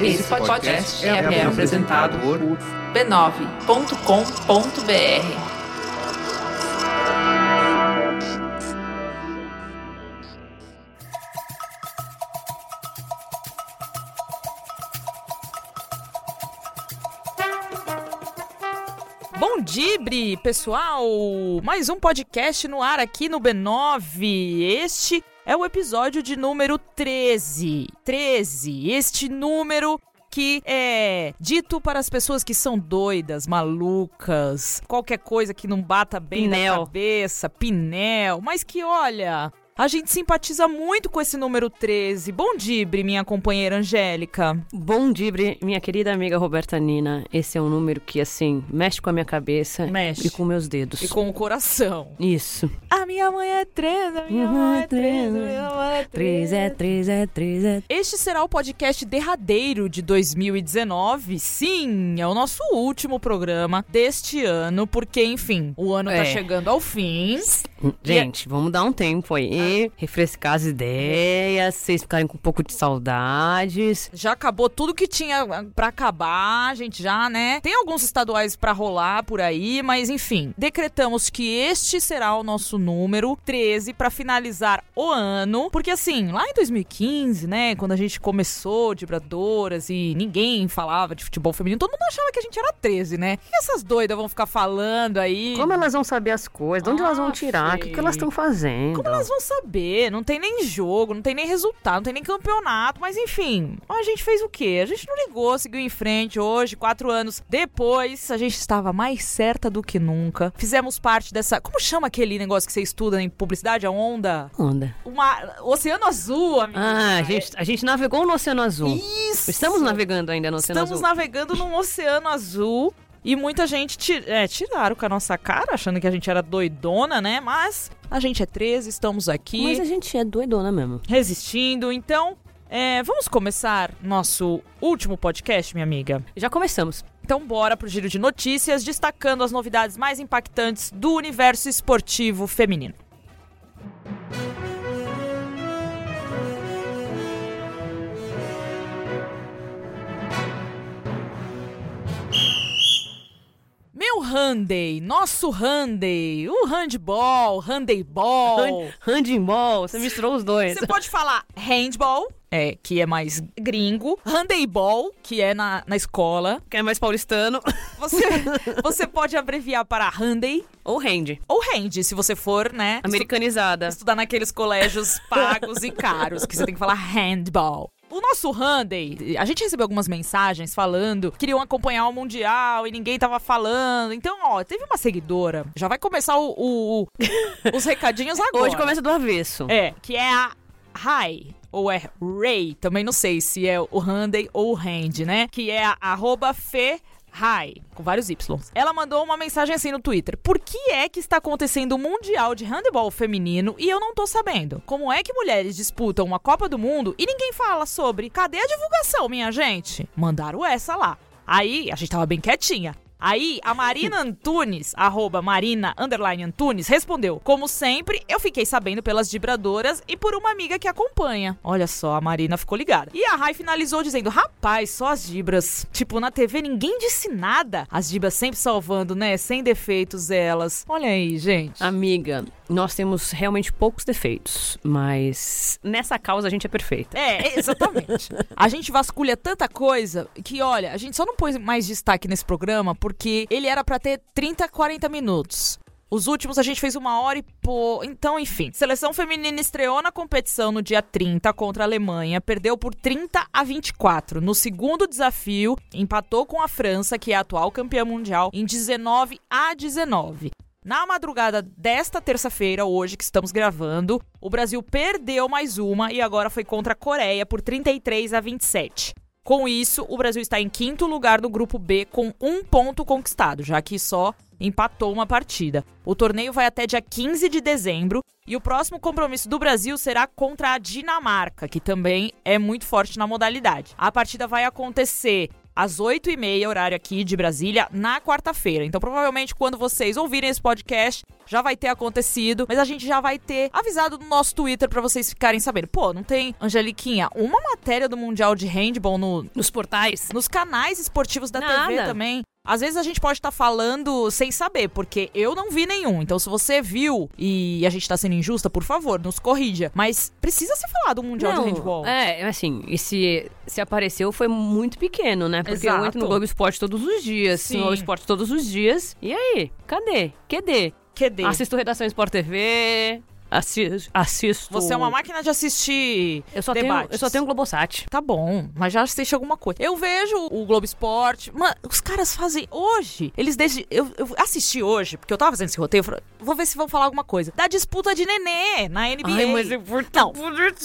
Esse podcast é, apresentado por b9.com.br. Bom Dibre, pessoal! Mais um podcast no ar aqui no B9. Este é o episódio de número 13. 13. Este número que é dito para as pessoas que são doidas, malucas, qualquer coisa que não bata bem na Pinel. cabeça, pinel, mas que olha, a gente simpatiza muito com esse número 13. Bom Dibre, minha companheira Angélica. Bom dia, Bri- minha querida amiga Roberta Nina. Esse é um número que, assim, mexe com a minha cabeça Mexe. e com meus dedos. E com o coração. Isso. A minha mãe é três, a minha mãe é três, a minha mãe é três. Três é três é três é. Este será o podcast derradeiro de 2019. Sim, é o nosso último programa deste ano, porque, enfim, o ano tá É. chegando ao fim. Gente, vamos dar um tempo aí, refrescar as ideias, vocês ficarem com um pouco de saudades. Já acabou tudo que tinha ah, pra acabar, a gente já, né? Tem alguns estaduais pra rolar por aí, mas enfim, decretamos que este será o nosso número 13 pra finalizar o ano, porque assim, lá em 2015, né, quando a gente começou Vibradoras e ninguém falava de futebol feminino, todo mundo achava que a gente era 13, né? O que essas doidas vão ficar falando aí? Como é elas vão saber as coisas? De onde elas vão Ah, tirar? O que, filho. que elas estão fazendo? Como elas vão saber? Não tem nem jogo, não tem nem resultado, não tem nem campeonato, mas enfim. A gente fez o quê? A gente não ligou, seguiu em frente hoje, quatro anos depois, a gente estava mais certa do que nunca. Fizemos parte dessa. Como chama aquele negócio que você estuda em publicidade? A onda? Onda. Uma. Oceano Azul, amigo. Ah, a gente, a gente navegou no Oceano Azul. Isso! Estamos navegando ainda no Oceano Estamos Azul. navegando num oceano azul. E muita gente ti- é, tiraram com a nossa cara, achando que a gente era doidona, né? Mas a gente é 13, estamos aqui Mas a gente é doidona mesmo. resistindo. Então, é, vamos começar nosso último podcast, minha amiga. Já começamos. Então, bora pro giro de notícias, destacando as novidades mais impactantes do universo esportivo feminino. Meu Handay, nosso Handay, o handball, handeyball. Hand, handball, você misturou os dois. Você pode falar handball, é, que é mais gringo, handeibol, que é na, na escola. Quer mais paulistano? Você, você pode abreviar para handei Ou rende. ou hand, se você for, né, Americanizada. estudar naqueles colégios pagos e caros, que você tem que falar handball. O nosso Handay, a gente recebeu algumas mensagens falando que queriam acompanhar o Mundial e ninguém tava falando. Então, ó, teve uma seguidora. Já vai começar o, o- o- os recadinhos agora. Hoje começa do avesso. É, que é a Rai. Ou é Ray, também não sei se é o Handy ou o Hand, né? Que é a arroba Fê Rai, com vários Y. Ela mandou uma mensagem assim no Twitter. Por que é que está acontecendo o Mundial de Handebol feminino e eu não tô sabendo? Como é que mulheres disputam uma Copa do Mundo e ninguém fala sobre? Cadê a divulgação, minha gente? Mandaram essa lá. Aí, a gente tava bem quietinha. Aí, a Marina Antunes, arroba Marina underline Antunes, respondeu: Como sempre, eu fiquei sabendo pelas vibradoras e por uma amiga que acompanha. Olha só, a Marina ficou ligada. E a Rai finalizou dizendo: Rapaz, só as gibras. Tipo, na TV ninguém disse nada. As gibras sempre salvando, né? Sem defeitos elas. Olha aí, gente. Amiga, nós temos realmente poucos defeitos, mas nessa causa a gente é perfeita. É, exatamente. a gente vasculha tanta coisa que, olha, a gente só não pôs mais destaque nesse programa porque ele era pra ter 30, 40 minutos. Os últimos a gente fez uma hora e pô. Então, enfim. Seleção feminina estreou na competição no dia 30 contra a Alemanha. Perdeu por 30 a 24. No segundo desafio, empatou com a França, que é a atual campeã mundial, em 19 a 19. Na madrugada desta terça-feira, hoje que estamos gravando, o Brasil perdeu mais uma e agora foi contra a Coreia por 33 a 27. Com isso, o Brasil está em quinto lugar do grupo B com um ponto conquistado, já que só empatou uma partida. O torneio vai até dia 15 de dezembro e o próximo compromisso do Brasil será contra a Dinamarca, que também é muito forte na modalidade. A partida vai acontecer às 8h30, horário aqui de Brasília, na quarta-feira. Então, provavelmente, quando vocês ouvirem esse podcast, já vai ter acontecido, mas a gente já vai ter avisado no nosso Twitter pra vocês ficarem sabendo. Pô, não tem, Angeliquinha, uma matéria do Mundial de Handball no, Nos portais. nos canais esportivos da TV Nada. também. Às vezes a gente pode estar falando sem saber, porque eu não vi nenhum. Então, se você viu e a gente tá sendo injusta, por favor, nos corrija. Mas precisa ser falado do Mundial de Handball. É, assim, e se, se apareceu foi muito pequeno, né? Porque Exato. eu entro no Globo Esporte todos os dias, Sim. no Globo Esporte todos os dias. E aí? Cadê? Cadê? QD. Assisto Redação Sport TV, assi- assisto... Você é uma máquina de assistir eu só tenho, debates. Eu só tenho Globosat. Tá bom, mas já assiste alguma coisa. Eu vejo o Globo Esporte. Mano, os caras fazem hoje. Eles deixam. Eu, eu assisti hoje, porque eu tava fazendo esse roteiro. eu falei, vou ver se vão falar alguma coisa. Da disputa de nenê na NBA. Ai, mas é muito Não.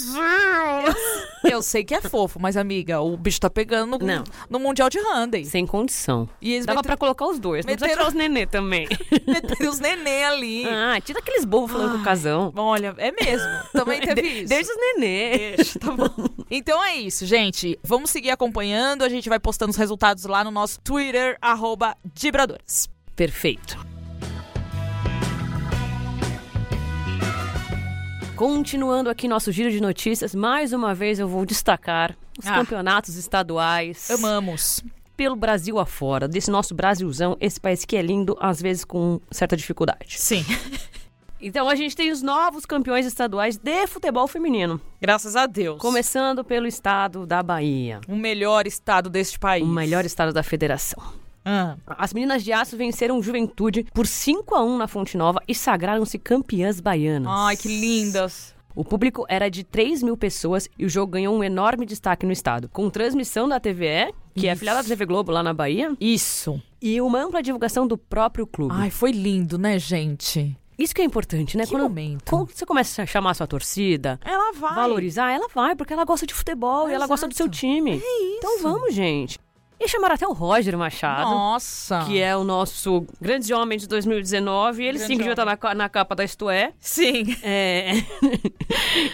bonitinho. Eu sei que é fofo, mas, amiga, o bicho tá pegando no, Não. no Mundial de Handem. Sem condição. E eles Dava meteram, pra colocar os dois, não precisa meteram- tirar os nenê também. meteram os nenê ali. ah, tira aqueles bobos falando com o casão. Olha, é mesmo. Também teve isso. Deixa os nenê. Deixa, tá bom. Então é isso, gente. Vamos seguir acompanhando. A gente vai postando os resultados lá no nosso Twitter, arroba Dibradoras. Perfeito. Continuando aqui nosso giro de notícias, mais uma vez eu vou destacar os Ah. campeonatos estaduais Amamos. pelo Brasil afora, desse nosso Brasilzão, esse país que é lindo, às vezes com certa dificuldade. Sim. Então a gente tem os novos campeões estaduais de futebol feminino, Graças a Deus. começando pelo estado da Bahia, O melhor estado deste país. o melhor estado da federação. Ah, As meninas de aço venceram o Juventude por 5 a 1 na Fonte Nova e sagraram-se campeãs baianas. Ai, que lindas. O público era de 3 mil pessoas e o jogo ganhou um enorme destaque no estado, com transmissão da TVE, que Isso. é afiliada da TV Globo lá na Bahia, Isso. e uma ampla divulgação do próprio clube. Ai, foi lindo, né, gente? Isso que é importante, né? Que quando, momento. quando você começa a chamar a sua torcida, Ela vai. valorizar, ela vai, porque ela gosta de futebol e ela gosta do seu Exato. É time. Isso. Então vamos, gente. E chamaram até o Roger Machado. Nossa. que é o nosso grande homem de 2019. Ele Grande sim que devia estar na, ca- na capa da Isto É. Sim. É,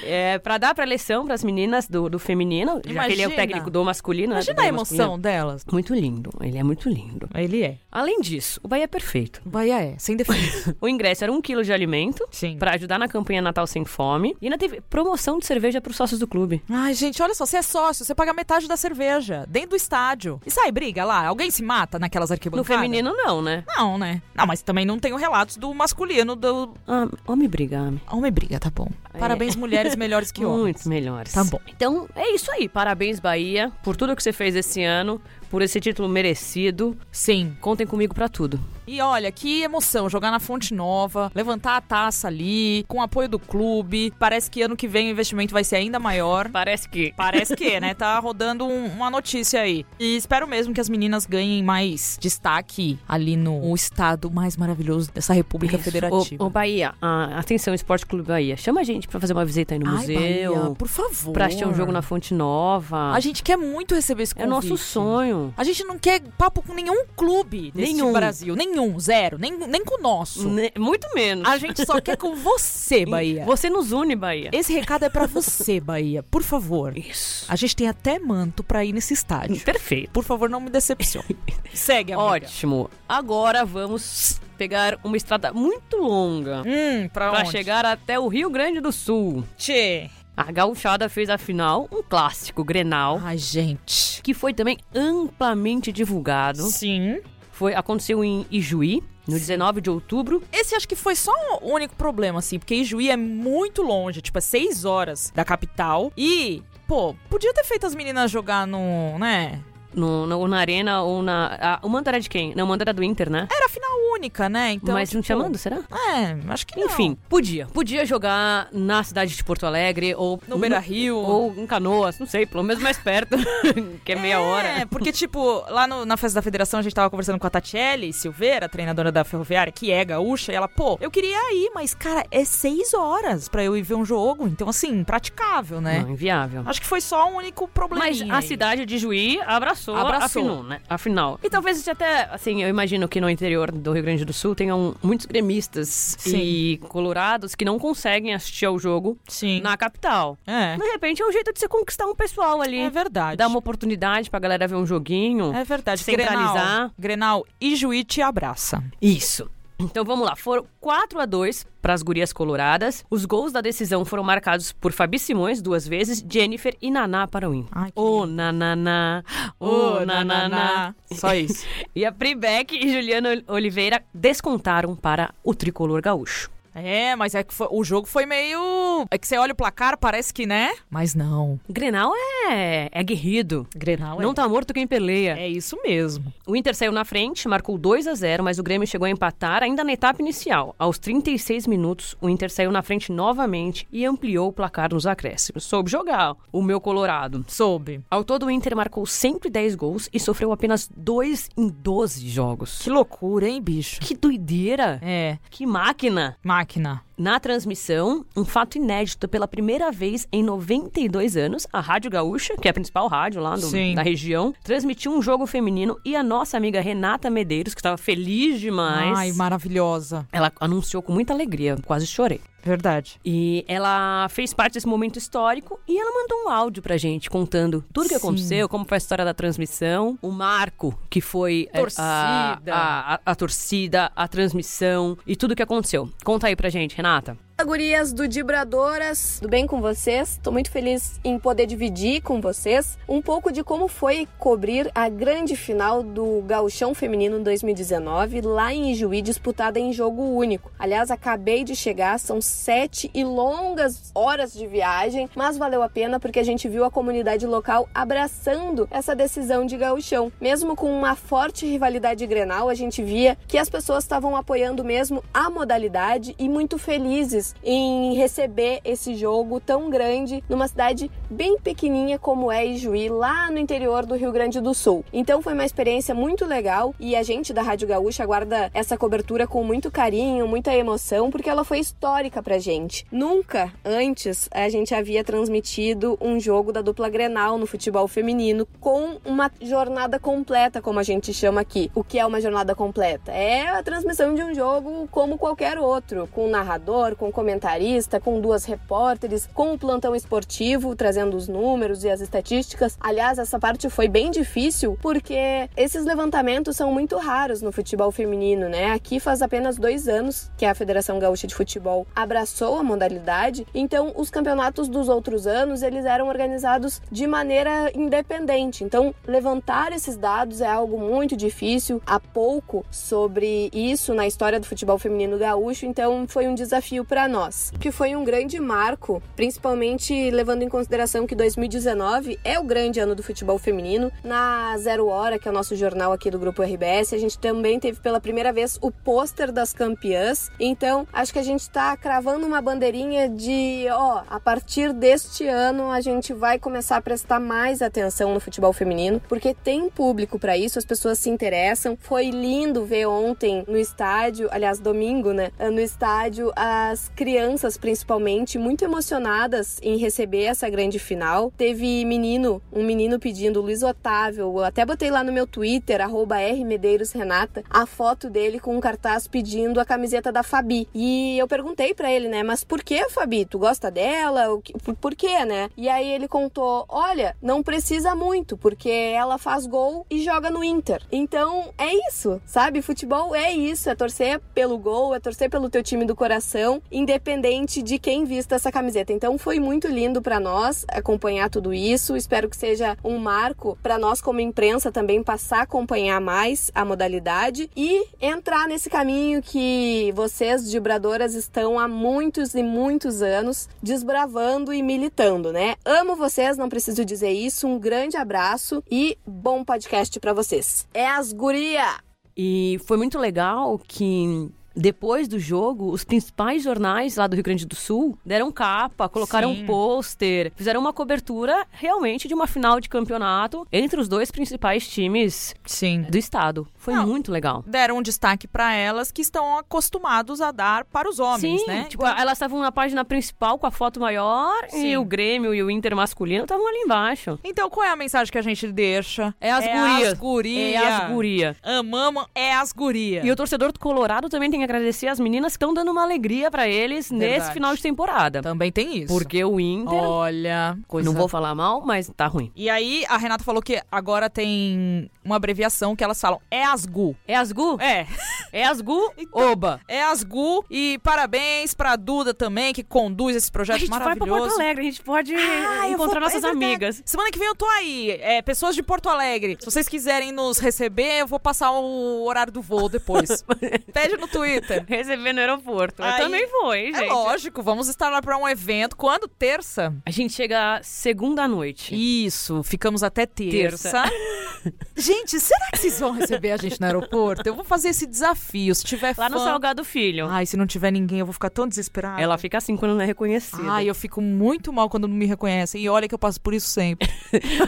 é para dar para eleição para as meninas do, do feminino, já que ele é Imagina. o técnico do masculino. né, do Imagina a Bahia emoção masculino. delas. Muito lindo, ele é muito lindo. Ele é. Além disso, o Bahia é perfeito. Bahia é, sem defesa. O ingresso era um quilo de alimento Sim. para ajudar na campanha Natal Sem Fome e ainda teve promoção de cerveja para os sócios do clube. Ai, gente, olha só, você é sócio, você paga metade da cerveja dentro do estádio. E sai briga lá, alguém se mata naquelas No arquibancadas? feminino, não, né? Não, né? Não, mas também não tenho relatos do masculino, do... Ah, homem briga, homem. Homem briga, tá bom. É. Parabéns, mulheres melhores que homens. Muito melhores. Tá bom. Então, é isso aí. Parabéns, Bahia, por tudo que você fez esse ano, por esse título merecido. Sim. Contem comigo pra tudo. E olha, que emoção jogar na Fonte Nova, levantar a taça ali, com o apoio do clube. Parece que ano que vem o investimento vai ser ainda maior. Parece que. Parece que, né? Tá rodando um- uma notícia aí. E espero mesmo que as meninas ganhem mais destaque ali no estado mais maravilhoso dessa República Federativa. Ô, ô, Bahia, ah, atenção, Esporte Clube Bahia. Chama a gente pra fazer uma visita aí no Ai, museu, Bahia, por favor. pra assistir um jogo na Fonte Nova. A gente quer muito receber esse é convite. nosso sonho. A gente não quer papo com nenhum clube desse Nenhum. Brasil. Nenhum, zero. Nem, nem com o nosso. Ne- Né? Muito menos. A gente só quer com você, Bahia. Você nos une, Bahia. Esse recado é pra você, Bahia. Por favor. Isso. A gente tem até manto pra ir nesse estádio. Perfeito. Por favor, não me decepcione. Segue, amiga. Ótimo. Agora vamos pegar uma estrada muito longa Hum, pra, pra onde? chegar até o Rio Grande do Sul. Tchê. A gauchada fez a final, um clássico, Grenal, Ai, gente. que foi também amplamente divulgado. Sim. Foi Aconteceu em Ijuí, no 19 de outubro. Esse acho que foi só o único problema, assim, porque Ijuí é muito longe, tipo, é seis horas da capital. E, pô, podia ter feito as meninas jogar no, né? No, no- na arena ou na... Ah, o manto era de quem? Não, o manto era do Inter, né? Era final única, né? Então, Mas não tipo, tinha mando, será? É, acho que não. Enfim, podia. Podia jogar na cidade de Porto Alegre ou... No Beira-Rio. Ou em Canoas, não sei, pelo menos mais perto, que é meia É, hora. porque, tipo, lá no- na festa da federação a gente tava conversando com a Tatiele Silveira, treinadora da Ferroviária, que é gaúcha, e ela, pô, eu queria ir, mas, cara, é seis horas pra eu ir ver um jogo. Então, assim, praticável, né? Não, inviável. Acho que foi só o único Mas probleminha. a aí. cidade de Juí abraçou, Abraçou. abraçou. a final, né? A final. E talvez isso até, assim, eu imagino que no interior do Rio Grande do Sul tenham muitos gremistas e colorados que não conseguem assistir ao jogo Sim. na capital. É. De repente é um jeito de você conquistar um pessoal ali. É verdade. Dar uma oportunidade pra galera ver um joguinho. É verdade. Centralizar. Grenal, Grenal e Juí te abraça. Isso. Então vamos lá, foram 4 a 2 para as gurias coloradas. Os gols da decisão foram marcados por Fabi Simões duas vezes, Jennifer e Naná para o Inter. Ai, que Ô, nananá, ô, nananá. Só isso. E a Pri Beck e Juliana Ol- Oliveira descontaram para o tricolor gaúcho. É, mas é que foi- o jogo foi meio. É que você olha o placar, parece que, né? Mas não. Grenal é, é aguerrido. Grenal é. Não tá morto quem peleia. É isso mesmo. O Inter saiu na frente, marcou 2 a 0 mas o Grêmio chegou a empatar ainda na etapa inicial. Aos 36 minutos, o Inter saiu na frente novamente e ampliou o placar nos acréscimos. Soube jogar, o meu colorado. Soube. Ao todo, o Inter marcou 110 gols e sofreu apenas 2 em 12 jogos. Que loucura, hein, bicho? Que doideira! É, Que máquina! máquina. Na transmissão, um fato inédito pela primeira vez em 92 anos, a Rádio Gaúcha, que é a principal rádio lá do, Sim. da região, transmitiu um jogo feminino e a nossa amiga Renata Medeiros, que estava feliz demais, Ai, maravilhosa. ela anunciou com muita alegria, quase chorei. Verdade. E ela fez parte desse momento histórico e ela mandou um áudio pra gente contando tudo o que Sim. aconteceu, como foi a história da transmissão, o marco que foi é, Torcida. a, a, a, a torcida, a transmissão e tudo o que aconteceu. Conta aí pra gente, Renata. Fala, Gurias do Dibradoras, tudo bem com vocês? Tô muito feliz em poder dividir com vocês um pouco de como foi cobrir a grande final do Gauchão Feminino 2019 lá em Ijuí, disputada em jogo único. Aliás, acabei de chegar, são sete e longas horas de viagem, mas valeu a pena porque a gente viu a comunidade local abraçando essa decisão de Gauchão. Mesmo com uma forte rivalidade Grenal, a gente via que as pessoas estavam apoiando mesmo a modalidade e muito felizes em receber esse jogo tão grande numa cidade bem pequenininha como é Ijuí, lá no interior do Rio Grande do Sul. Então foi uma experiência muito legal e a gente da Rádio Gaúcha guarda essa cobertura com muito carinho, muita emoção, porque ela foi histórica pra gente. Nunca antes a gente havia transmitido um jogo da dupla Grenal no futebol feminino com uma jornada completa, como a gente chama aqui. O que é uma jornada completa? É a transmissão de um jogo como qualquer outro, com um narrador, com comentarista, com duas repórteres, com o plantão esportivo trazendo os números e as estatísticas. Aliás, essa parte foi bem difícil porque esses levantamentos são muito raros no futebol feminino, né? Aqui faz apenas dois anos que a Federação Gaúcha de Futebol abraçou a modalidade, então os campeonatos dos outros anos eles eram organizados de maneira independente. Então, levantar esses dados é algo muito difícil. Há pouco sobre isso na história do futebol feminino gaúcho, então foi um desafio para nós, que foi um grande marco, principalmente levando em consideração que 2019 é o grande ano do futebol feminino. Na Zero Hora, que é o nosso jornal aqui do grupo RBS, a gente também teve pela primeira vez o pôster das campeãs. Então, acho que a gente tá cravando uma bandeirinha de, ó, a partir deste ano a gente vai começar a prestar mais atenção no futebol feminino, porque tem público para isso, as pessoas se interessam. Foi lindo ver ontem no estádio, aliás, domingo, né? No estádio, as crianças principalmente muito emocionadas em receber essa grande final. Teve menino, um menino pedindo Luiz Otávio, eu até botei lá no meu Twitter, arroba R Medeiros Renata, a foto dele com um cartaz pedindo a camiseta da Fabi. E eu perguntei pra ele, né, mas por que, Fabi? Tu gosta dela? O que- Por, por quê, né? E aí ele contou: olha, não precisa muito, porque ela faz gol e joga no Inter. Então é isso, sabe? Futebol é isso: é torcer pelo gol, é torcer pelo teu time do coração, independente de quem vista essa camiseta. Então foi muito lindo pra nós acompanhar tudo isso. Espero que seja um marco pra nós, como imprensa, também passar a acompanhar mais a modalidade e entrar nesse caminho que vocês, vibradoras, estão há muitos e muitos anos desbravando e militando, né? Amo vocês, não preciso dizer isso. Um grande abraço e bom podcast pra vocês. É as guria! E foi muito legal que depois do jogo, os principais jornais lá do Rio Grande do Sul deram capa, colocaram Sim. pôster, fizeram uma cobertura realmente de uma final de campeonato entre os dois principais times Sim. do estado. Foi Não. muito legal. Deram um destaque pra elas que estão acostumados a dar para os homens, Sim, né? tipo, elas estavam na página principal com a foto maior Sim. e o Grêmio e o Inter masculino estavam ali embaixo. Então, qual é a mensagem que a gente deixa? É as É gurias. as gurias. É as guria. Amamos, é as gurias. E o torcedor do Colorado também tem agradecer as meninas que estão dando uma alegria pra eles Verdade. nesse final de temporada. Também tem isso. Porque o Inter, Olha, coisa não vou falar mal, mas tá ruim. E aí, a Renata falou que agora tem uma abreviação que elas falam é ASGU. É Asgu? É, É Asgu? oba. É ASGU. E parabéns pra Duda também, que conduz esse projeto a gente vai pra maravilhoso. Porto Alegre, a gente pode Ah, eu encontrar vou- nossas é verdade. amigas. Semana que vem eu tô aí. É, pessoas de Porto Alegre. Se vocês quiserem nos receber, eu vou passar o horário do voo depois. Pede no Twitter. Receber no aeroporto. Aí- Eu também vou, hein, É gente? lógico, vamos estar lá pra um evento. Quando? Terça? A gente chega segunda à noite. Isso, ficamos até terça. gente, será que vocês vão receber a gente no aeroporto? Eu vou fazer esse desafio. Se tiver Lá no fã- Salgado Filho. Ai, se não tiver ninguém, eu vou ficar tão desesperada. Ela fica assim quando não é reconhecida. Ai, eu fico muito mal quando não me reconhecem. E olha que eu passo por isso sempre.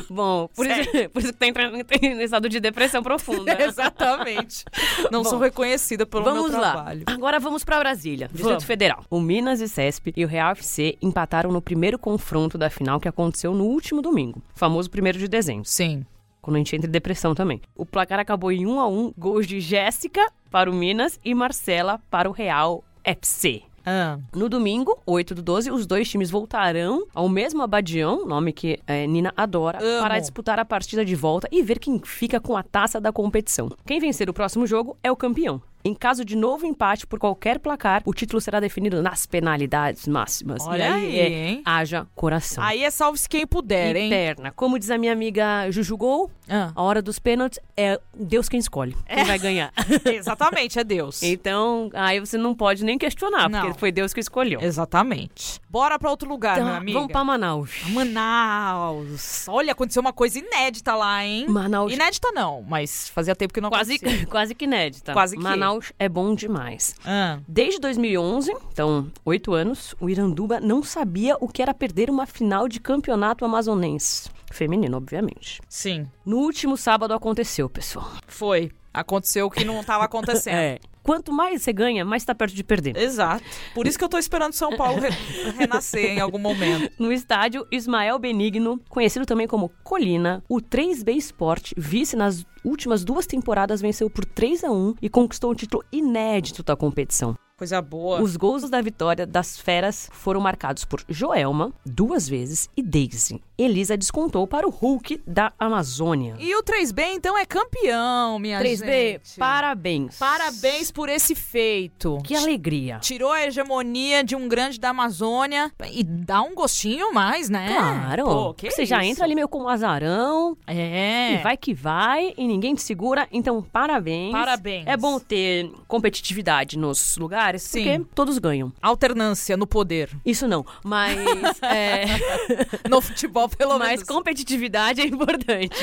Bom, por isso, por isso que tá entrando tá em estado de depressão profunda. Né? Exatamente. Não sou Bom, reconhecida pelo Vamos meu lá. trabalho. Agora vamos pra Brasília, Distrito Vamos. Federal. O Minas e CESP e o Real FC empataram no primeiro confronto da final que aconteceu no último domingo, o famoso 1 de dezembro, Sim. quando a gente entra em depressão também. O placar acabou em 1 a 1, gols de Jéssica para o Minas e Marcela para o Real FC. Ah, No domingo, 8 do 12, os dois times voltarão ao mesmo Abadião, nome que eh, Nina adora, Amo. para disputar a partida de volta e ver quem fica com a taça da competição. Quem vencer o próximo jogo é o campeão. Em caso de novo empate por qualquer placar, o título será definido nas penalidades máximas. Olha e aí, é, hein? haja coração. aí é salve-se quem puder, hein? Interna. Como diz a minha amiga Juju Gol, Ah. a hora dos pênaltis é Deus quem escolhe É. quem vai ganhar. Exatamente, é Deus. Então, aí você não pode nem questionar, Não. porque foi Deus que escolheu. Exatamente. Então. Bora pra outro lugar, Então, minha amiga. Vamos pra Manaus. Manaus. Olha, aconteceu uma coisa inédita lá, hein? Hum, Manaus é Inédita não, mas fazia tempo que não quase, acontecia. quase que inédita. Quase que. Manaus é bom demais. Ah, Desde 2011, então oito anos, o Iranduba não sabia o que era perder uma final de campeonato amazonense. Feminino, obviamente. sim, No último sábado aconteceu, pessoal. foi. Aconteceu o que não tava acontecendo. É. Quanto mais você ganha, mais tá perto de perder. Exato. Por isso que eu tô esperando São Paulo re- renascer em algum momento. No estádio, Ismael Benigno, conhecido também como Colina, o 3B Sport, vice nas últimas duas temporadas, venceu por 3 a 1 e conquistou um título inédito da competição. Coisa boa. Os gols da vitória das feras foram marcados por Joelma duas vezes e Daisy. Elisa descontou para o Hulk da Amazônia. E o 3B, então, é campeão, minha 3B, gente. parabéns. Parabéns por esse feito. Que alegria. Tirou a hegemonia de um grande da Amazônia e dá um gostinho mais, né? Claro. Pô, que Você já isso? entra ali meio como azarão, É. e vai que vai, e ninguém te segura. Então, parabéns. Parabéns. É bom ter competitividade nos lugares, Sim. porque todos ganham. Alternância no poder. Isso não, mas, é, No futebol, pelo mas menos. competitividade é importante.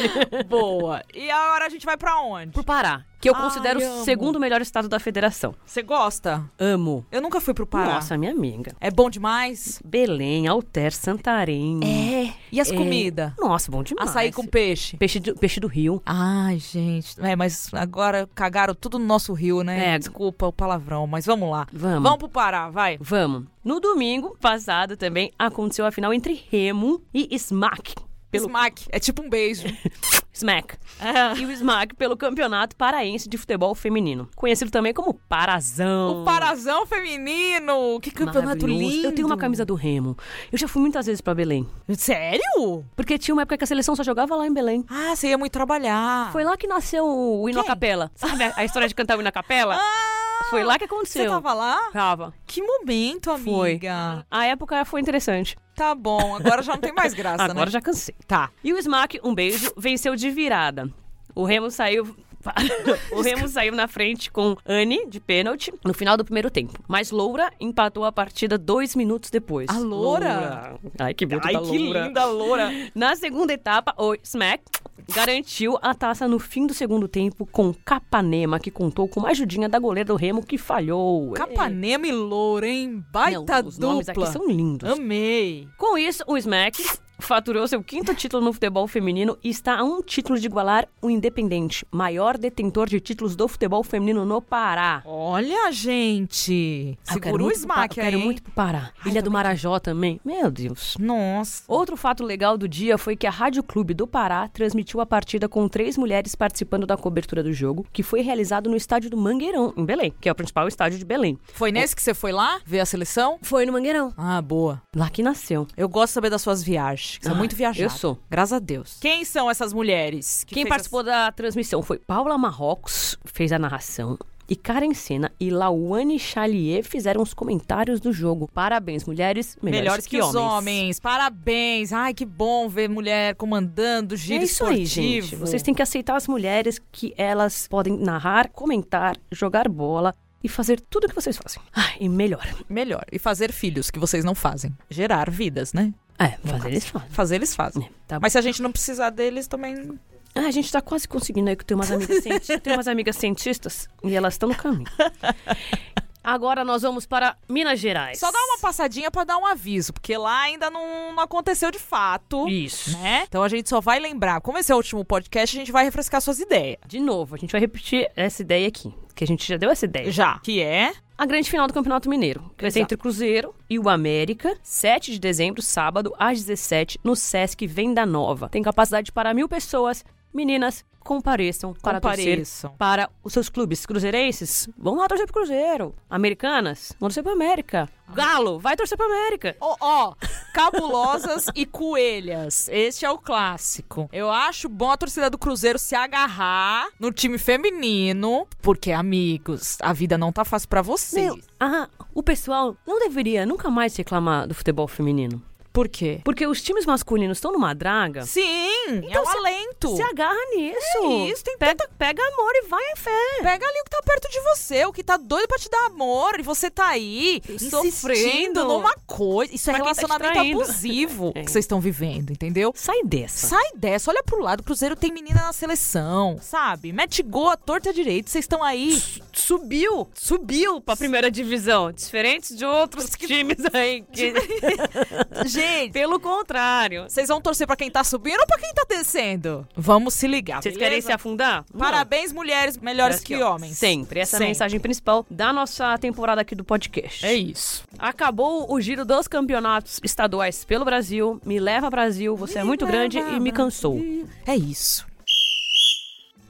boa. E agora a gente vai pra onde? pro Pará, que eu Ai, considero amo. o segundo melhor estado da federação. Você gosta? Amo. Eu nunca fui pro Pará. Nossa, minha amiga. É bom demais? Belém, Alter, Santarém. É. E as É. comidas? Nossa, bom demais. Açaí com peixe? peixe do, peixe do rio. Ai, gente. É, mas agora cagaram tudo no nosso rio, né? É. Desculpa o palavrão, mas vamos lá. Vamos. Vamos pro Pará, vai. Vamos. No domingo passado também aconteceu a final entre Remo e Smack. Pelo Smack. É tipo um beijo. Smack. Ah. E o Smack pelo Campeonato Paraense de Futebol Feminino. Conhecido também como Parazão. O Parazão feminino. Que campeonato Maravilhoso. lindo. Eu tenho uma camisa do Remo. Eu já fui muitas vezes pra Belém. Sério? Porque tinha uma época que a seleção só jogava lá em Belém. Ah, você ia muito trabalhar. Foi lá que nasceu o hino à Ah. Quem? capela. Sabe a, a história de cantar o hino à capela? Ah, Foi lá que Você aconteceu. tava lá? Tava. Que momento, amiga. A época foi interessante. Tá bom, agora já não tem mais graça, Agora né? já cansei. Tá. E o Smack, um beijo, venceu de virada. O Remo saiu. o Remo saiu na frente com Anne de pênalti no final do primeiro tempo. Mas Loura empatou a partida dois minutos depois. A Loura? Loura. Ai, que bonita é da Loura. loura. Na segunda etapa, o Smack garantiu a taça no fim do segundo tempo com Capanema, que contou com uma ajudinha da goleira do Remo que falhou. Capanema e loura, hein? Ei. Não, Baita os nomes dupla. aqui são lindos. Amei. Com isso, o Smack faturou seu quinto título no futebol feminino e está a um título de igualar o Independente, maior detentor de títulos do futebol feminino no Pará. Olha, gente. Ah, eu quero Segura o muito pro Pa- smack eu aí. Quero muito pro Pará. Ai, Ilha do também Marajó também. Meu Deus. Nossa. Outro fato legal do dia foi que a Rádio Clube do Pará transmitiu a partida com três mulheres participando da cobertura do jogo, que foi realizado no estádio do Mangueirão, em Belém, que é o principal estádio de Belém. Foi nesse que você foi lá ver a seleção? Foi no Mangueirão. Ah, boa. Lá que nasceu. Eu gosto de saber das suas viagens. que Você é Ah, muito viajada. eu sou. Graças a Deus. Quem são essas mulheres? que Quem fez participou da transmissão foi Paula Marrocos, fez a narração. E Karen Senna e Lawane Chalier fizeram os comentários do jogo. Parabéns, mulheres melhores, Melhores que, os homens. Parabéns. Ai, que bom ver mulher comandando giro é isso aí, gente. esportivo. Vocês têm que aceitar as mulheres que elas podem narrar, comentar, jogar bola e fazer tudo o que vocês fazem. Ah, e melhor. Melhor. E fazer filhos, que vocês não fazem. Gerar vidas, né? É, fazer eles fazem. Fazer, eles fazem. É, tá bom. Mas se a gente não precisar deles, também... Ah, a gente tá quase conseguindo aí que eu tenho umas amigas cientistas. Eu tenho umas amigas cientistas e elas estão no caminho. Agora nós vamos para Minas Gerais. Só dá uma passadinha pra dar um aviso, porque lá ainda não, não aconteceu de fato. Isso. Né? Então a gente só vai lembrar. Como esse é o último podcast, a gente vai refrescar suas ideias. De novo, a gente vai repetir essa ideia aqui, que a gente já deu essa ideia. Já. Que é. A grande final do Campeonato Mineiro, que vai ser Exato. entre o Cruzeiro e o América, 7 de dezembro, sábado, às 17, no Sesc Venda Nova. Tem capacidade para mil pessoas. Meninas, compareçam para torcer Compareçam. para os seus clubes cruzeirenses. Vão lá torcer pro Cruzeiro. Americanas, vão torcer pro América. Galo, vai torcer pro América. Ó, ó, cabulosas e coelhas. Este é o clássico. Eu acho bom a torcida do Cruzeiro se agarrar no time feminino, porque, amigos, a vida não tá fácil pra vocês. Meu, ah, o pessoal não deveria nunca mais reclamar do futebol feminino. Por quê? Porque os times masculinos estão numa draga. Sim, é Então um se- alento. Se agarra nisso. É isso, tem pega, pega amor e vai em fé. Pega ali o que tá perto de você, o que tá doido pra te dar amor, e você tá aí sofrendo Insistindo. numa coisa. Isso é Pra quem tá te relacionamento traindo. abusivo É. que vocês estão vivendo, entendeu? Sai dessa. Sai dessa, olha pro lado, o Cruzeiro tem menina na seleção, sabe? Mete gol à torta e à direita, vocês estão aí. Subiu, subiu pra primeira divisão. Diferente de outros times aí. que- Gente, Pelo contrário. vocês vão torcer pra quem tá subindo ou pra quem tá descendo? Vamos se ligar, Vocês beleza? querem se afundar? Não. Parabéns, mulheres melhores que ó, homens. Sempre. Essa é a Sempre. mensagem principal da nossa temporada aqui do podcast. É isso. Acabou o giro dos campeonatos estaduais pelo Brasil. Me leva, Brasil. Você é muito grande e me cansou. É isso.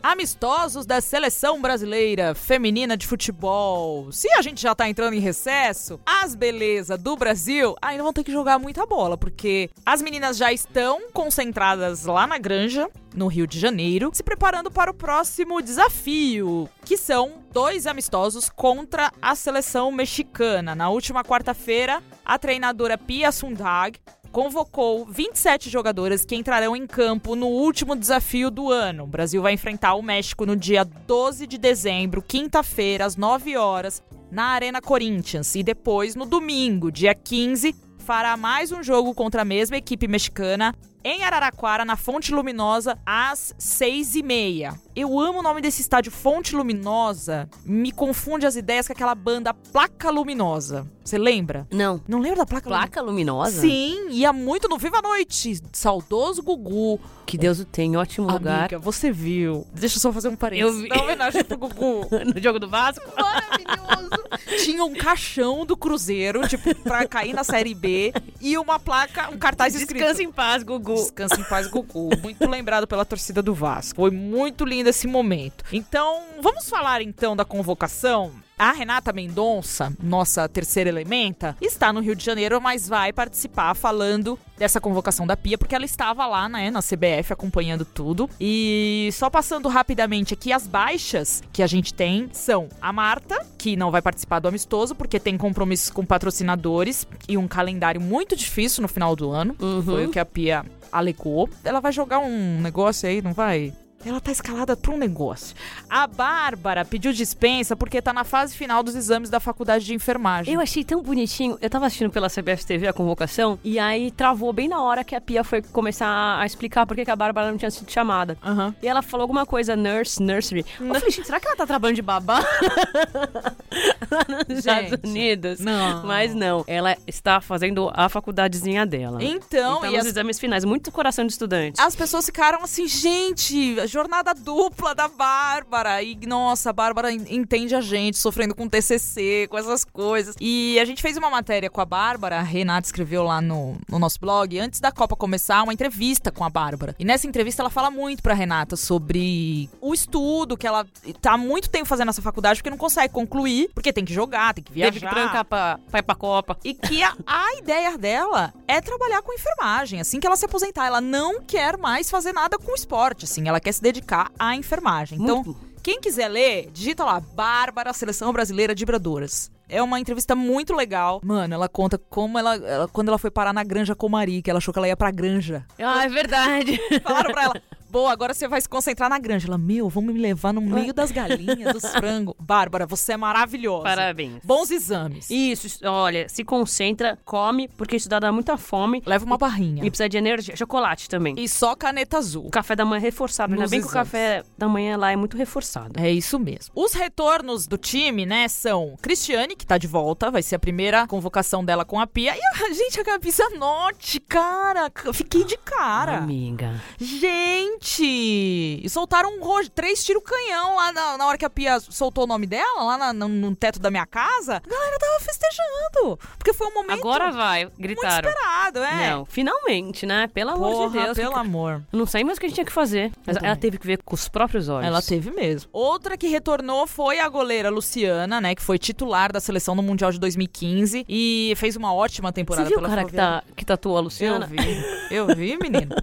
Amistosos da seleção brasileira feminina de futebol. Se a gente já tá entrando em recesso, as belezas do Brasil ainda vão ter que jogar muita bola, porque as meninas já estão concentradas lá na Granja, no Rio de Janeiro, se preparando para o próximo desafio, que são dois amistosos contra a seleção mexicana. Na última quarta-feira, a treinadora Pia Sundag convocou 27 jogadoras que entrarão em campo no último desafio do ano. O Brasil vai enfrentar o México no dia 12 de dezembro, quinta-feira, às 9 horas, na Arena Corinthians. E depois, no domingo, dia 15, fará mais um jogo contra a mesma equipe mexicana em Araraquara, na Fonte Luminosa, às seis e meia. Eu amo o nome desse estádio, Fonte Luminosa. Me confunde as ideias com aquela banda Placa Luminosa. Você lembra? Não. Não lembro da Placa Luminosa? Placa luminosa? Sim, ia muito no Viva a Noite. Saudoso Gugu. Que Deus o tenha. Ótimo lugar. Amiga, você viu. Deixa eu só fazer um parênteses. Eu vi. Dá uma homenagem pro Gugu. no jogo do Vasco? Maravilhoso. Tinha um caixão do Cruzeiro, tipo, pra cair na Série B. E uma placa, um cartaz escrito... Descansa em paz, Gugu. Descansa em paz, Gugu. Muito lembrado pela torcida do Vasco. Foi muito lindo esse momento. Então, vamos falar então da convocação. A Renata Mendonça, nossa terceira elementa, está no Rio de Janeiro, mas vai participar falando dessa convocação da Pia, porque ela estava lá né, na CBF acompanhando tudo. E só passando rapidamente aqui, as baixas que a gente tem são a Marta, que não vai participar do amistoso, porque tem compromissos com patrocinadores e um calendário muito difícil no final do ano. Uhum. Foi o que a Pia alegou. Ela vai jogar um negócio aí, não vai? Ela tá escalada pra um negócio. A Bárbara pediu dispensa porque tá na fase final dos exames da faculdade de enfermagem. Eu achei tão bonitinho. Eu tava assistindo pela CBF TV a convocação e aí travou bem na hora que a Pia foi começar a explicar por que que a Bárbara não tinha sido chamada. Aham. E ela falou alguma coisa, nurse, nursery. Eu falei, gente, será que ela tá trabalhando de babá? Lá nos Estados Gente, Unidos? não. Mas não, ela está fazendo a faculdadezinha dela. Então, Então, e as, nos exames finais, muito coração de estudante. as pessoas ficaram assim, gente, a jornada dupla da Bárbara. E, nossa, a Bárbara en- entende a gente, sofrendo com TCC, com essas coisas. E a gente fez uma matéria com a Bárbara, a Renata escreveu lá no, no nosso blog, antes da Copa começar, uma entrevista com a Bárbara. E nessa entrevista ela fala muito pra Renata sobre o estudo que ela tá há muito tempo fazendo nessa faculdade, porque não consegue concluir, porque tem que jogar, tem que viajar. Teve que trancar pra, pra ir pra Copa. E que a, a ideia dela é trabalhar com enfermagem. Assim que ela se aposentar, ela não quer mais fazer nada com esporte, assim. Ela quer se dedicar à enfermagem. Então, Muito- quem quiser ler, digita lá, Bárbara, Seleção Brasileira de Bradoras. É uma entrevista muito legal. Mano, ela conta como ela, ela- Quando ela foi parar na Granja Comari, que ela achou que ela ia pra granja. Ah, é verdade. Falaram pra ela, boa, agora você vai se concentrar na granja. Ela, meu, vão me levar no meio das galinhas, dos frangos. Bárbara, você é maravilhosa. Parabéns. Bons exames. Isso, isso, olha, se concentra, come, porque estudar dá muita fome Leva uma barrinha. e precisa de energia. Chocolate também. E só caneta azul. O café da manhã é reforçado. Ainda Nos bem que o exames. café da manhã lá é muito reforçado. É isso mesmo. Os retornos do time, né, são Cristiane, que tá de volta, vai ser a primeira convocação dela com a Pia. E a gente, a Gabi Zanotti, cara, c- fiquei de cara. Amiga. Gente! E soltaram um rojo, três tiros canhão lá na, na hora que a Pia soltou o nome dela, lá na- no, no teto da minha casa. A galera tava festejando, porque foi um momento Agora vai, muito gritaram. esperado, é. Não, finalmente, né? Pelo amor de Porra, Deus. pelo que- amor. Eu Não sei mais o que a gente tinha que fazer. Mas ela também. teve que ver com os próprios olhos. Ela teve mesmo. Outra que retornou foi a goleira Luciana, né? Que foi titular da seleção no Mundial de 2015 e fez uma ótima Você temporada viu o pela cara que, Ferroviária. tá, que tatuou a Luciana? Eu vi, eu vi, menino.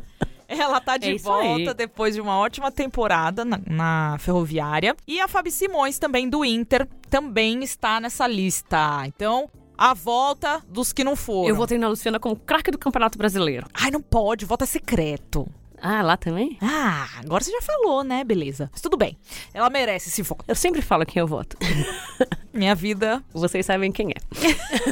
Ela tá de É isso volta aí. depois de uma ótima temporada na, na Ferroviária. E a Fabi Simões, também do Inter, também está nessa lista. Então, a volta dos que não foram. Eu votei na Luciana como craque do Campeonato Brasileiro. Ai, não pode, voto é secreto. Ah, lá também? Ah, agora você já falou, né? Beleza. Mas tudo bem. Ela merece esse voto. Eu sempre falo quem eu voto. Minha vida Vocês sabem quem é.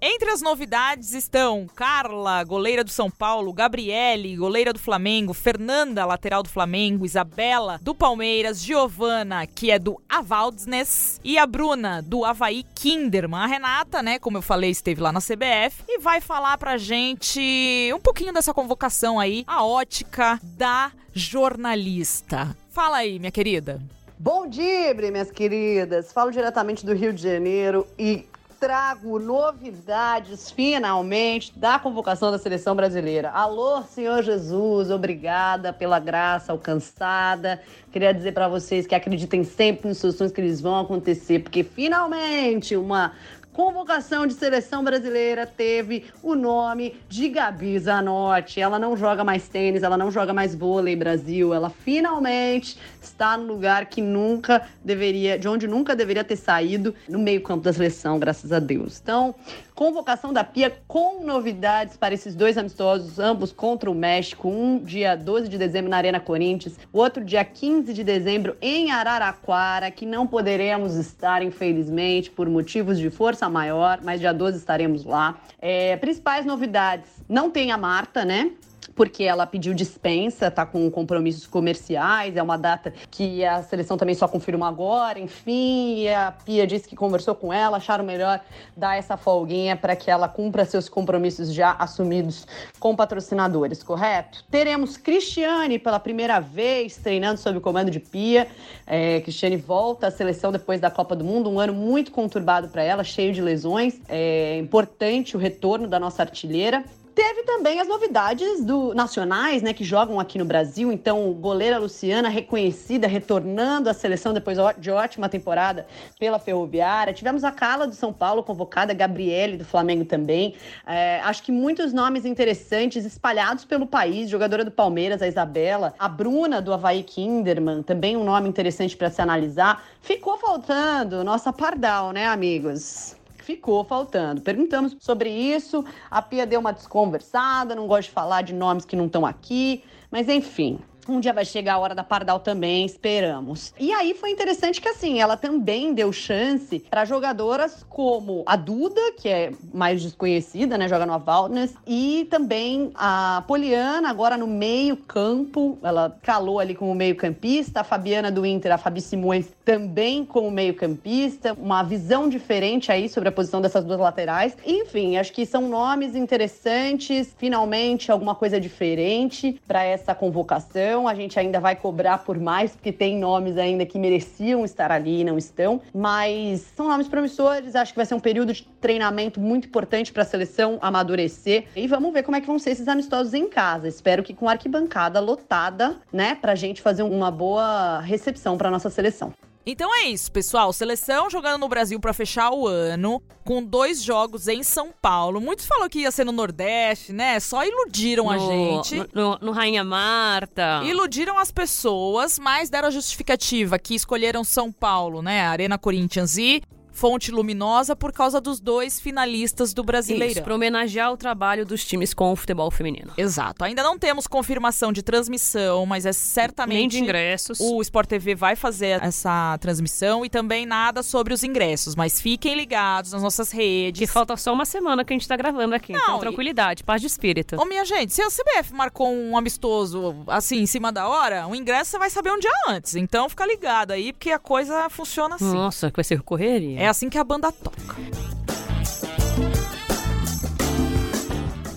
Entre as novidades estão Carla, goleira do São Paulo, Gabriele, goleira do Flamengo, Fernanda, lateral do Flamengo, Isabela, do Palmeiras, Giovana, que é do Avaldnes, e a Bruna, do Havaí Kinderman. A Renata, né, como eu falei, esteve lá na CBF e vai falar pra gente um pouquinho dessa convocação aí, a ótica da jornalista. Fala aí, minha querida. Bom dia, minhas queridas. Falo diretamente do Rio de Janeiro e trago novidades finalmente da convocação da seleção brasileira. Alô, Senhor Jesus, obrigada pela graça alcançada. Queria dizer para vocês que acreditem sempre nos seus sonhos que eles vão acontecer, porque finalmente uma Convocação de seleção brasileira teve o nome de Gabi Zanotti. Ela não joga mais tênis, ela não joga mais vôlei Brasil. Ela finalmente está no lugar que nunca deveria, de onde nunca deveria ter saído, no meio-campo da seleção, graças a Deus. Então, convocação da Pia com novidades para esses dois amistosos, ambos contra o México, um dia 12 de dezembro na Arena Corinthians, o outro dia 15 de dezembro em Araraquara, que não poderemos estar, infelizmente, por motivos de força maior, mas dia 12 estaremos lá. É, principais novidades, não tem a Marta, né? porque ela pediu dispensa, tá com compromissos comerciais, é uma data que a seleção também só confirma agora, enfim, e a Pia disse que conversou com ela, acharam melhor dar essa folguinha para que ela cumpra seus compromissos já assumidos com patrocinadores, correto? Teremos Cristiane pela primeira vez treinando sob o comando de Pia. É, Cristiane volta à seleção depois da Copa do Mundo, um ano muito conturbado para ela, cheio de lesões. É importante o retorno da nossa artilheira. Teve também as novidades do nacionais, né, que jogam aqui no Brasil. Então, goleira Luciana reconhecida, retornando à seleção depois ó- de ótima temporada pela Ferroviária. Tivemos a Carla do São Paulo convocada, a Gabriele do Flamengo também. É, acho que muitos nomes interessantes espalhados pelo país. Jogadora do Palmeiras, a Isabela, a Bruna do Havaí Kinderman, também um nome interessante para se analisar. Ficou faltando nossa Pardal, né, amigos? Ficou faltando. Perguntamos sobre isso, a Pia deu uma desconversada, não gosta de falar de nomes que não estão aqui, mas enfim. Um dia vai chegar a hora da Pardal também, esperamos. E aí foi interessante que assim, ela também deu chance para jogadoras como a Duda, que é mais desconhecida, né, joga no Valnes, e também a Poliana agora no meio-campo, ela calou ali como meio-campista, a Fabiana do Inter, a Fabi Simões também como meio-campista, uma visão diferente aí sobre a posição dessas duas laterais. Enfim, acho que são nomes interessantes, finalmente alguma coisa diferente para essa convocação a gente ainda vai cobrar por mais, porque tem nomes ainda que mereciam estar ali e não estão. Mas são nomes promissores, acho que vai ser um período de treinamento muito importante para a seleção amadurecer. E vamos ver como é que vão ser esses amistosos em casa. Espero que com arquibancada lotada, né, para a gente fazer uma boa recepção para nossa seleção. Então é isso, pessoal. Seleção jogando no Brasil para fechar o ano, com dois jogos em São Paulo. Muitos falou que ia ser no Nordeste, né? Só iludiram no, a gente. No, Ah. no, Rainha Marta. Iludiram as pessoas, mas deram a justificativa que escolheram São Paulo, né? Arena Corinthians e Fonte Luminosa por causa dos dois finalistas do Brasileirão. Isso, para homenagear o trabalho dos times com o futebol feminino. Exato. Ainda não temos confirmação de transmissão, mas é certamente... Nem de ingressos. O Sport TV vai fazer essa transmissão e também nada sobre os ingressos, mas fiquem ligados nas nossas redes. Que falta só uma semana que a gente tá gravando aqui, não, então tranquilidade, e... paz de espírito. Ô minha gente, se a CBF marcou um amistoso assim, em cima da hora, o ingresso você vai saber um dia antes, então fica ligado aí, porque a coisa funciona assim. Nossa, que vai ser correria. É assim que a banda toca.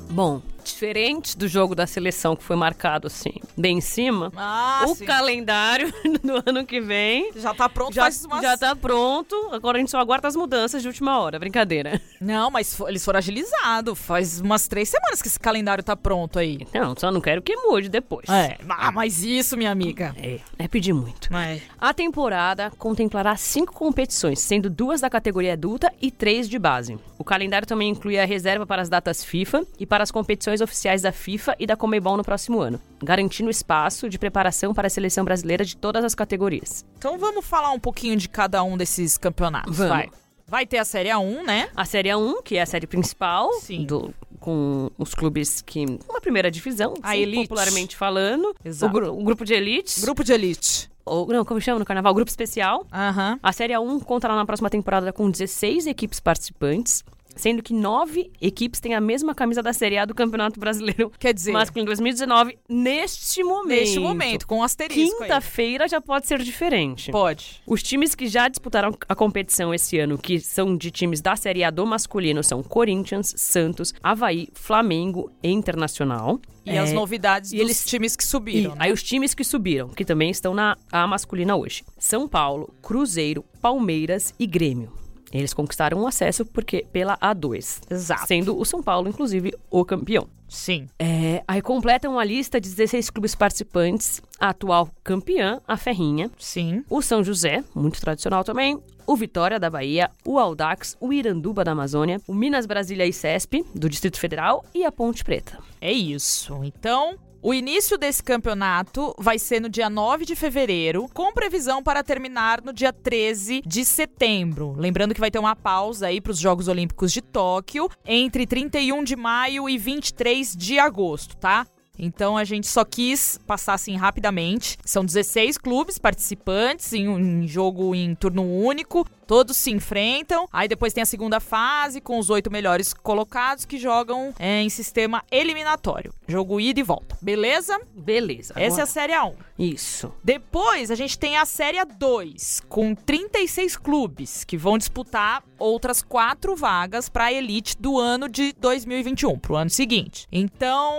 Bom, diferente do jogo da seleção que foi marcado assim, bem em cima, ah, o sim. calendário do ano que vem já tá pronto, já, faz umas... já tá pronto. Agora a gente só aguarda as mudanças de última hora, brincadeira. Não, mas eles foram agilizados. Faz umas três semanas que esse calendário tá pronto aí. Não, só não quero que mude depois. É, ah, mas isso, minha amiga. É, é pedir muito. É. A temporada contemplará cinco competições, sendo duas da categoria adulta e três de base. O calendário também inclui a reserva para as datas FIFA e para as competições oficiais da FIFA e da Comebol no próximo ano, garantindo espaço de preparação para a seleção brasileira de todas as categorias. Então vamos falar um pouquinho de cada um desses campeonatos, vamos. vai. Vai ter a Série A1, né? A Série A1, que é a série principal Sim. do com os clubes que uma primeira divisão, a assim, elite. popularmente falando, Exato. O, gru, o grupo de elites. Grupo de elite. Ou, não, como chama no carnaval? Grupo especial. Aham. A Série A1 contará na próxima temporada com 16 equipes participantes, sendo que nove equipes têm a mesma camisa da Série A do Campeonato Brasileiro Quer dizer, Masculino 2019 neste momento. neste momento, com um asterisco aí. Quinta-feira já pode ser diferente. Pode. Os times que já disputaram a competição esse ano, que são de times da Série A do masculino, são Corinthians, Santos, Havaí, Flamengo e Internacional. É, E as novidades e dos eles- times que E subiram. né? aí os times que subiram, que também estão na A masculina hoje. São Paulo, Cruzeiro, Palmeiras e Grêmio. Eles conquistaram o acesso porque pela A2. Exato. Sendo o São Paulo, inclusive, o campeão. Sim. É, aí completam a lista de 16 clubes participantes, a atual campeã, a Ferrinha, Sim. o São José, muito tradicional também, o Vitória da Bahia, o Aldax, o Iranduba da Amazônia, o Minas Brasília e CESP, do Distrito Federal, e a Ponte Preta. É isso. Então, o início desse campeonato vai ser no dia 9 de fevereiro, com previsão para terminar no dia 13 de setembro. Lembrando que vai ter uma pausa aí para os Jogos Olímpicos de Tóquio entre 31 de maio e 23 de agosto, tá? Então a gente só quis passar assim rapidamente. São 16 clubes participantes em um em jogo em turno único. Todos se enfrentam. Aí depois tem a segunda fase com os oito melhores colocados que jogam é, em sistema eliminatório. Jogo ida e volta. Beleza? Beleza. Essa é a Série A1. Isso. Depois a gente tem a Série 2, com 36 clubes que vão disputar outras quatro vagas para a elite do ano de 2021, para o um, ano seguinte. Então,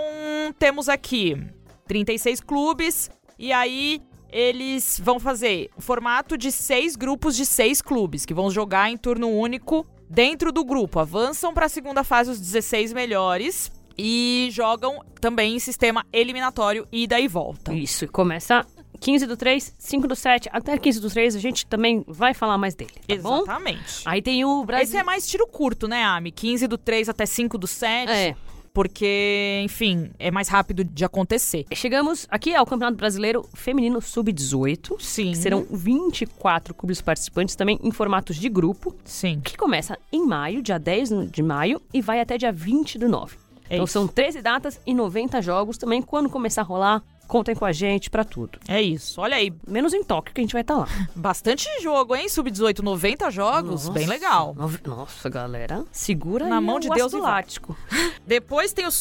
temos aqui 36 clubes e aí eles vão fazer o formato de seis grupos de seis clubes que vão jogar em turno único dentro do grupo. Avançam para a segunda fase os 16 melhores. E jogam também em sistema eliminatório ida e volta. Isso. E começa 15 do 3, 5 do 7, até 15 do 3, a gente também vai falar mais dele, tá bom? Exatamente. Aí tem o Esse Brasil... é mais tiro curto, né, Ami? 15 do 3 até 5 do 7. É. Porque, enfim, é mais rápido de acontecer. É, Chegamos aqui ao Campeonato Brasileiro Feminino Sub-18. Sim. que serão 24 clubes participantes, também em formatos de grupo, Sim. que começa em maio, dia 10 de maio, e vai até dia 20 do 9. É então isso. são 13 datas e 90 jogos também. Quando começar a rolar, Contem com a gente pra tudo. É isso. Olha aí, Menos em Tóquio, que a gente vai estar lá. bastante jogo, hein? Sub-18, 90 jogos, Nossa. bem legal. Nossa, galera. Segura Na aí mão de o Deus ácido e vai. lático. Depois tem o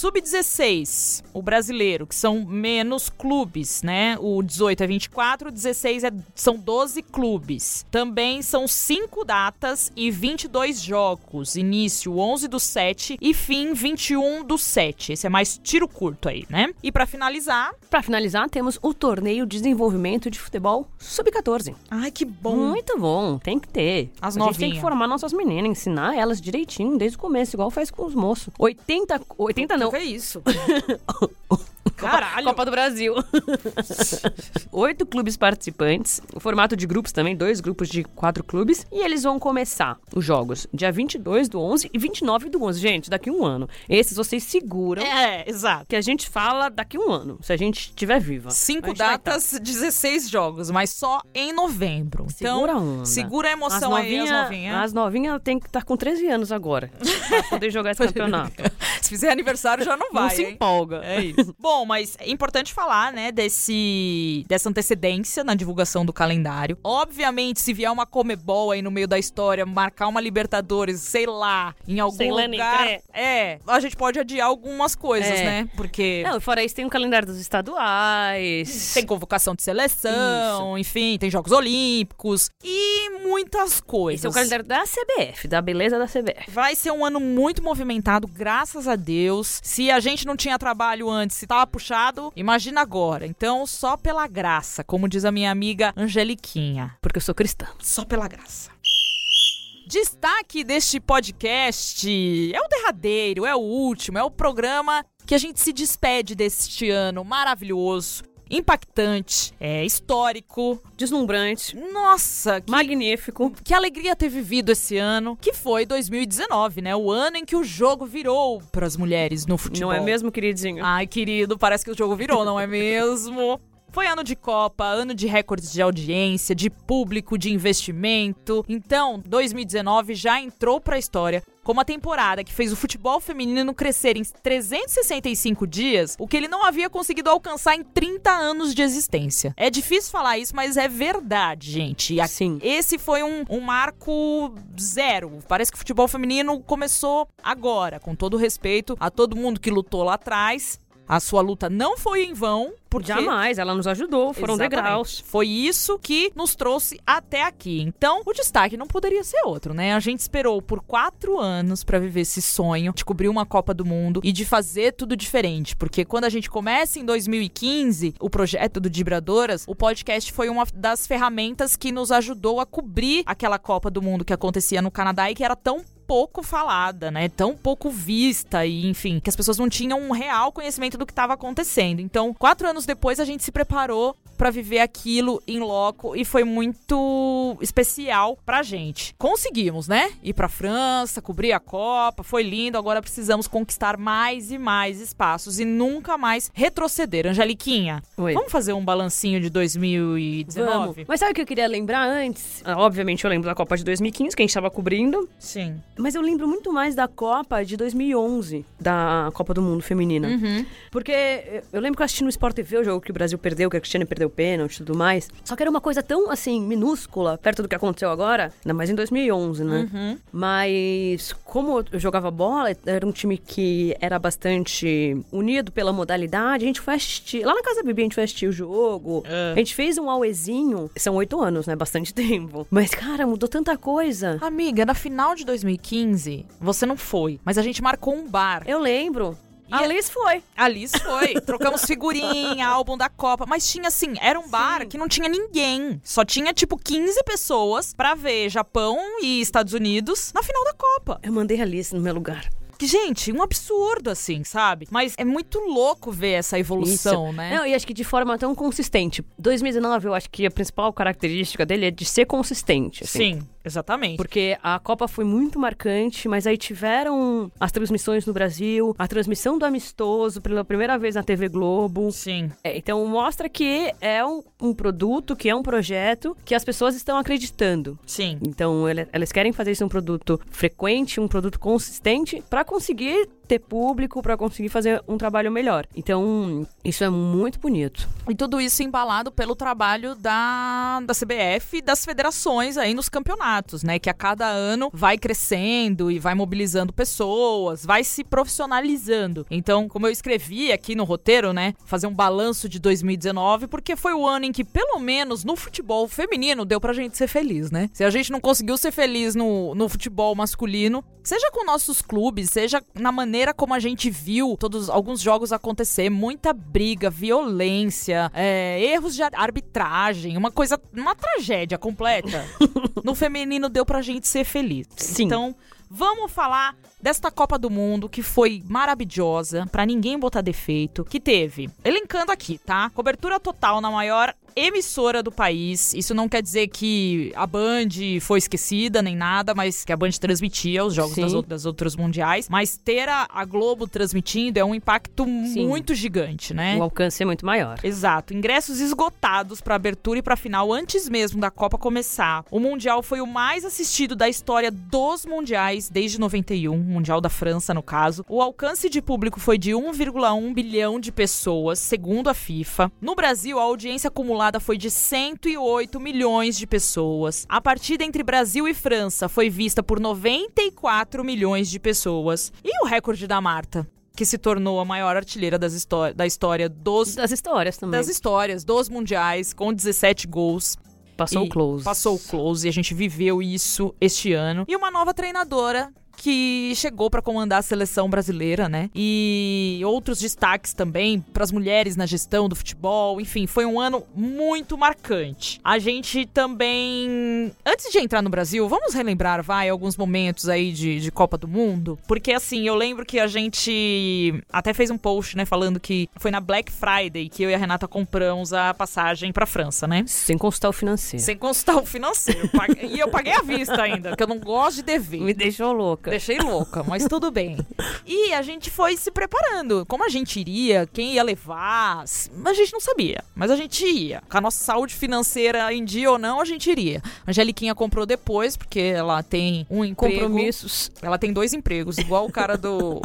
Sub-16, o brasileiro, que são menos clubes, né? O 18 é 24, o 16 é, são 12 clubes. Também são 5 datas e 22 jogos. Início 11 do 7 e fim 21 do 7. Esse é mais tiro curto aí, né? E pra finalizar... Pra finalizar, temos o torneio de desenvolvimento de futebol sub-14. Ai, que bom! Muito bom, tem que ter. As a gente tem que novinha. formar nossas meninas, ensinar elas direitinho desde o começo, igual faz com os moços. 80, 80 não, Que é isso? Caralho! Copa do Brasil. Oito clubes participantes, o formato de grupos também, dois grupos de quatro clubes. E eles vão começar os jogos dia 22 do 11 e 29 do 11. Gente, daqui um ano. Esses vocês seguram, É, exato. que a gente fala daqui um ano, se a gente estiver viva. A Cinco gente vai tá. datas, 16 jogos, mas só em novembro. Segura a então, onda. segura a emoção aí, as Ah, novinhas. As novinhas têm que estar com 13 anos agora pra poder jogar esse campeonato. Se fizer aniversário, já é. não vai. Não se hein? empolga. É isso. Bom, mas é importante falar, né, desse, dessa antecedência na divulgação do calendário. Obviamente, se vier uma Comebol aí no meio da história, marcar uma Libertadores, sei lá, em algum Sei lá, nem lugar. crê. é, a gente pode adiar algumas coisas, É. né? Porque Não, fora isso, tem o calendário dos estaduais. tem convocação de seleção, enfim, tem Jogos Olímpicos e muitas coisas. Esse é o calendário da CBF, da beleza da CBF. Vai ser um ano muito movimentado, graças a Deus. Se a gente não tinha trabalho antes, se tava puxado, imagina agora. Então, só pela graça, como diz a minha amiga Angeliquinha. Porque eu sou cristã. Só pela graça. Destaque deste podcast é o derradeiro, é o último, é o programa que a gente se despede deste ano maravilhoso, impactante, é histórico. Deslumbrante, Nossa, que magnífico. que alegria ter vivido esse ano, que foi 2019, né? O ano em que o jogo virou para as mulheres no futebol. Não é mesmo, queridinho? Ai, querido, parece que o jogo virou, não é mesmo? Foi ano de Copa, ano de recordes de audiência, de público, de investimento. Então, 2019 já entrou pra história como a temporada que fez o futebol feminino crescer em 365 dias, o que ele não havia conseguido alcançar em 30 anos de existência. É difícil falar isso, mas é verdade, gente. E a- Sim. esse foi um, um marco zero. Parece que o futebol feminino começou agora, com todo respeito a todo mundo que lutou lá atrás. A sua luta não foi em vão, porque Jamais, ela nos ajudou, foram Exatamente. degraus. Foi isso que nos trouxe até aqui. Então, o destaque não poderia ser outro, né? A gente esperou por quatro anos pra viver esse sonho de cobrir uma Copa do Mundo e de fazer tudo diferente. Porque quando a gente começa em 2015 o projeto do Dibradoras, o podcast foi uma das ferramentas que nos ajudou a cobrir aquela Copa do Mundo que acontecia no Canadá e que era tão pouco falada, né? Tão pouco vista e, enfim, que as pessoas não tinham um real conhecimento do que estava acontecendo. Então, quatro anos depois, a gente se preparou pra viver aquilo em loco e foi muito especial pra gente. Conseguimos, né? Ir pra França, cobrir a Copa, foi lindo. Agora precisamos conquistar mais e mais espaços e nunca mais retroceder. Angeliquinha, Oi. vamos fazer um balancinho de 2019? Vamos. Mas sabe o que eu queria lembrar antes? Ah, Obviamente eu lembro da Copa de 2015, que a gente estava cobrindo. Sim. Mas eu lembro muito mais da Copa de 2011, da Copa do Mundo Feminina. Porque eu- eu lembro que eu assisti no Sport TV o jogo que o Brasil perdeu, que a Cristiane perdeu o pênalti e tudo mais. Só que era uma coisa tão, assim, minúscula, perto do que aconteceu agora. Ainda mais em 2011, né? Uhum. Mas como eu jogava bola, era um time que era bastante unido pela modalidade. A gente foi assistir... Lá na Casa da Bibi a gente foi assistir o jogo. A gente fez um auezinho. São oito anos, né? Bastante tempo. Mas, cara, mudou tanta coisa. Amiga, na final de 2015, você não foi, mas a gente marcou um bar. Eu lembro. E A a- Liz foi. Alice foi. Trocamos figurinha, álbum da Copa. Mas tinha assim, era um bar que não tinha ninguém. Só tinha tipo 15 pessoas pra ver Japão e Estados Unidos na final da Copa. Eu mandei a Alice no meu lugar. Que, gente, um absurdo assim, sabe? Mas é muito louco ver essa evolução, Isso. né? Não, e acho que de forma tão consistente. 2019, eu acho que a principal característica dele é de ser consistente. assim. Sim, exatamente. Porque a Copa foi muito marcante, mas aí tiveram as transmissões no Brasil, a transmissão do Amistoso pela primeira vez na TV Globo. Sim. É, então mostra que é um, um produto, que é um projeto que as pessoas estão acreditando. Sim. Então ele- elas querem fazer isso um produto frequente, um produto consistente, pra conseguir ter público para conseguir fazer um trabalho melhor. Então, isso é muito bonito. E tudo isso embalado pelo trabalho da, da CBF e das federações aí nos campeonatos, né? Que a cada ano vai crescendo e vai mobilizando pessoas, vai se profissionalizando. Então, como eu escrevi aqui no roteiro, né? Fazer um balanço de 2019, porque foi o ano em que, pelo menos no futebol feminino, deu pra gente ser feliz, né? Se a gente não conseguiu ser feliz no, no futebol masculino, seja com nossos clubes, seja na maneira como a gente viu todos alguns jogos acontecer, muita briga, violência, é, erros de arbitragem, uma coisa, uma tragédia completa. no feminino deu pra gente ser feliz. Sim. Então, Vamos falar desta Copa do Mundo que foi maravilhosa, pra ninguém botar defeito, que teve, elencando aqui, tá? Cobertura total na maior emissora do país. Isso não quer dizer que a Band foi esquecida nem nada, mas que a Band transmitia os jogos Sim. das, ou- das outras mundiais. Mas ter a, a Globo transmitindo é um impacto Sim. muito gigante, né? O alcance é muito maior. Exato. Ingressos esgotados para abertura e para final antes mesmo da Copa começar. O Mundial foi o mais assistido da história dos mundiais desde 91, o Mundial da França no caso. O alcance de público foi de 1,1 bilhão de pessoas, segundo a FIFA. No Brasil, a audiência acumulada foi de 108 milhões de pessoas. A partida entre Brasil e França foi vista por 94 milhões de pessoas. E o recorde da Marta? Que se tornou a maior artilheira das histó- da história dos Das histórias também. das histórias dos mundiais com 17 gols. Passou E o close. Passou o close e a gente viveu isso este ano. E uma nova treinadora que chegou para comandar a seleção brasileira, né? E outros destaques também para as mulheres na gestão do futebol. Enfim, foi um ano muito marcante. A gente também, antes de entrar no Brasil, vamos relembrar, vai, alguns momentos aí de, de Copa do Mundo, porque assim, eu lembro que a gente até fez um post, né, falando que foi na Black Friday que eu e a Renata compramos a passagem para França, né? Sem consultar o financeiro. É. Sem consultar o financeiro. Pague- E eu paguei à vista ainda, porque eu não gosto de dever. Me deixou louca. Deixei louca, mas tudo bem. E a gente foi se preparando. Como a gente iria, quem ia levar, s- a gente não sabia. Mas a gente ia. Com a nossa saúde financeira em dia ou não, a gente iria. A Angeliquinha comprou depois, porque ela tem um emprego. Compromissos. Ela tem dois empregos, igual o cara do.